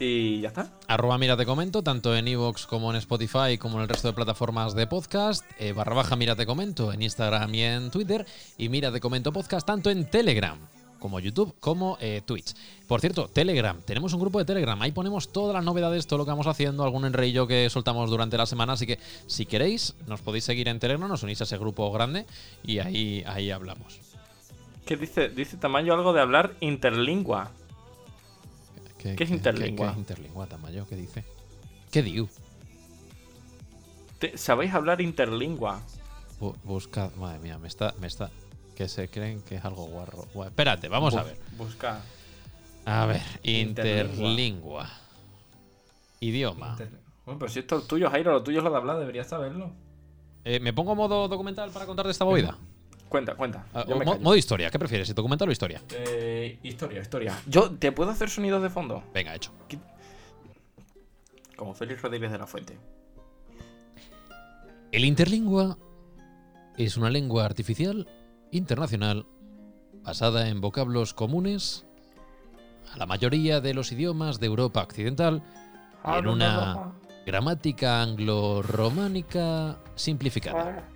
Y ya está. Arroba Mira Te Comento, tanto en Evox como en Spotify, como en el resto de plataformas de podcast. Eh, barra baja Mira Te Comento en Instagram y en Twitter. Y Mira Te Comento Podcast tanto en Telegram, como YouTube, como eh, Twitch. Por cierto, Telegram. Tenemos un grupo de Telegram. Ahí ponemos todas las novedades, todo lo que vamos haciendo, algún enreillo que soltamos durante la semana. Así que si queréis, nos podéis seguir en Telegram, nos unís a ese grupo grande y ahí, ahí hablamos. ¿Qué dice? Dice Tamayo algo de hablar interlingua. ¿Qué es interlingua? ¿Qué es interlingua, Tamayo? ¿Qué dice? ¿Qué diu? Te- ¿Sabéis hablar interlingua? Bu- busca. Madre mía, me está, me está. Que se creen que es algo guarro. Bueno, espérate, vamos a ver. Busca. A ver, Interlingua. interlingua. Idioma. Bueno, pero si esto es tuyo, Jairo, lo tuyo es lo de hablar, deberías saberlo. Eh, ¿Me pongo modo documental para contarte esta movida? Cuenta, cuenta. Ah, Yo o me mo- callo. modo historia, ¿qué prefieres? ¿Si documental o historia? Eh, historia, historia. Yo te puedo hacer sonidos de fondo. Venga, hecho. Como Félix Rodríguez de la Fuente. El interlingua es una lengua artificial internacional basada en vocablos comunes a la mayoría de los idiomas de Europa occidental y en una gramática anglo-románica simplificada.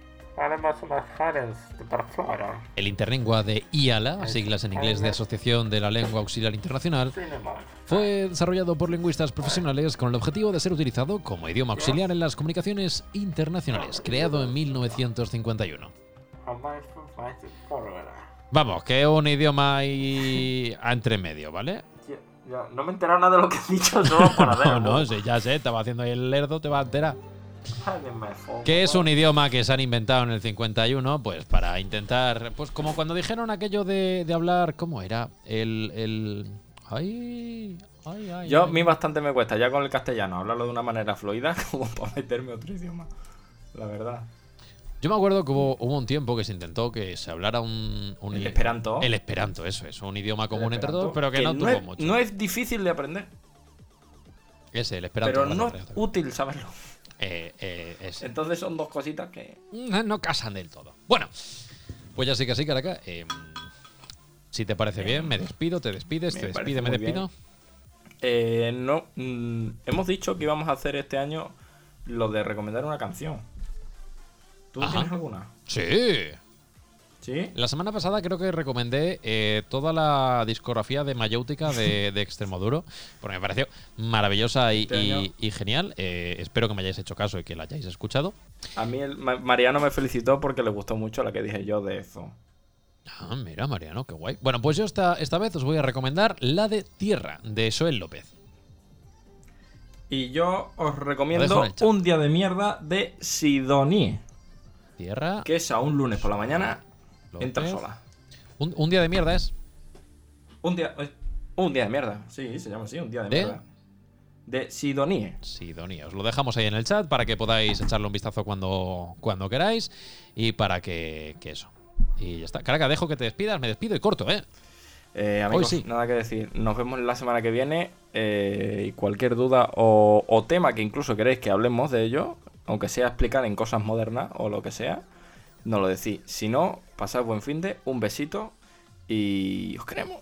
El interlingua de IALA, siglas en inglés de Asociación de la Lengua Auxiliar Internacional, fue desarrollado por lingüistas profesionales con el objetivo de ser utilizado como idioma auxiliar en las comunicaciones internacionales, creado en 1951. Vamos, que es un idioma ahí a entre medio, ¿vale? no me he enterado nada de lo que has dicho, solo para No, no, pues. sí, ya sé, estaba haciendo ahí el lerdo, te va a enterar. Que es un idioma que se han inventado en el 51, pues para intentar. Pues como cuando dijeron aquello de, de hablar. ¿Cómo era? El. el... Ay, ay, ay. Yo, a ay. mí bastante me cuesta, ya con el castellano, hablarlo de una manera fluida como para meterme otro idioma. La verdad. Yo me acuerdo que hubo, hubo un tiempo que se intentó que se hablara un. un El esperanto. El esperanto, eso es. Un idioma El común entre esperanto, todos, pero que, no tuvo es, mucho. no es difícil de aprender, Ese, el esperanto. pero gracias, no es gracias. útil saberlo. Eh, eh, ese. Entonces son dos cositas que. no, no casan del todo. Bueno, pues ya sí que sí, Caraca. eh, si te parece bien, me despido, te despides, Me te parece despide, me muy despido. Eh, no, mm, hemos dicho que íbamos a hacer este año lo de recomendar una canción. ¿Tú Ajá. tienes alguna? Sí. ¿Sí? La semana pasada creo que recomendé eh, toda la discografía de Mayéutica de, de Extremoduro, porque me pareció maravillosa y, Este año. y- y genial. Eh, espero que me hayáis hecho caso y que la hayáis escuchado. A mí el Ma- Mariano me felicitó porque le gustó mucho la que dije yo de eso. Ah, mira, Mariano, qué guay. Bueno, pues yo esta, esta vez os voy a recomendar la de Tierra, de Soel López. Y yo os Lo dejo recomiendo en el chat. Un día de mierda de Sidoní, Tierra, que es a un lunes por la mañana, López. entra sola. un, un día de mierda es. Un día, eh, un día de mierda, sí, se llama así, un día de, ¿De? mierda. De Sidoní. Sidonia. Os lo dejamos ahí en el chat para que podáis echarle un vistazo cuando, cuando queráis y para que, que eso. Y ya está. Caraca, dejo que te despidas, me despido y corto, ¿eh? Eh, amigos, Hoy sí. nada que decir. Nos vemos la semana que viene. eh, y cualquier duda o, o tema que incluso queréis que hablemos de ello, aunque sea explicar en cosas modernas o lo que sea, nos lo decís. Si no, pasad buen fin de, un besito y os queremos.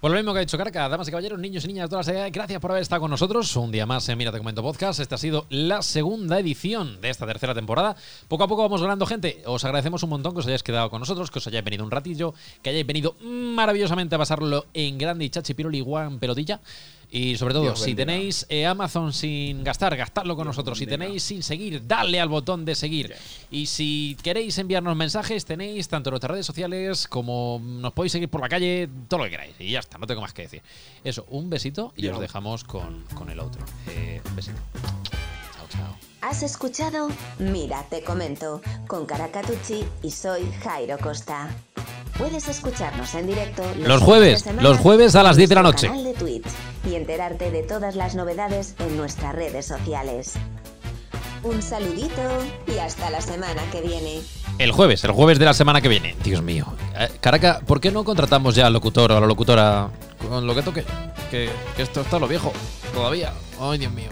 Por lo mismo que ha dicho Carca, damas y caballeros, niños y niñas de todas las edades, gracias por haber estado con nosotros un día más en Mira Te Comento Podcast. Esta ha sido la segunda edición de esta tercera temporada. Poco a poco vamos ganando gente. Os agradecemos un montón que os hayáis quedado con nosotros, que os hayáis venido un ratillo, que hayáis venido maravillosamente a pasarlo en grande y chachipiruli guan pelotilla. Y sobre todo, Dios si bendiga. tenéis eh, Amazon sin gastar, gastadlo con nosotros. Si tenéis sin seguir, dale al botón de seguir. Y si queréis enviarnos mensajes, tenéis tanto nuestras redes sociales como nos podéis seguir por la calle, todo lo que queráis. Y ya está, no tengo más que decir. Eso, un besito y os dejamos con, con el otro. Eh, un besito. Chao, chao. ¿Has escuchado? Mira, te comento, con Caracatucci y soy Jairo Costa. Puedes escucharnos en directo Los fines jueves, de semana los jueves a las en 10 de la nuestro noche. canal de Twitch y enterarte de todas las novedades en nuestras redes sociales. Un saludito y hasta la semana que viene. El jueves, el jueves de la semana que viene. Dios mío. Eh, Caraca, ¿por qué no contratamos ya al locutor o a la locutora con lo que toque? Que, que esto está lo viejo todavía. Ay, Dios mío.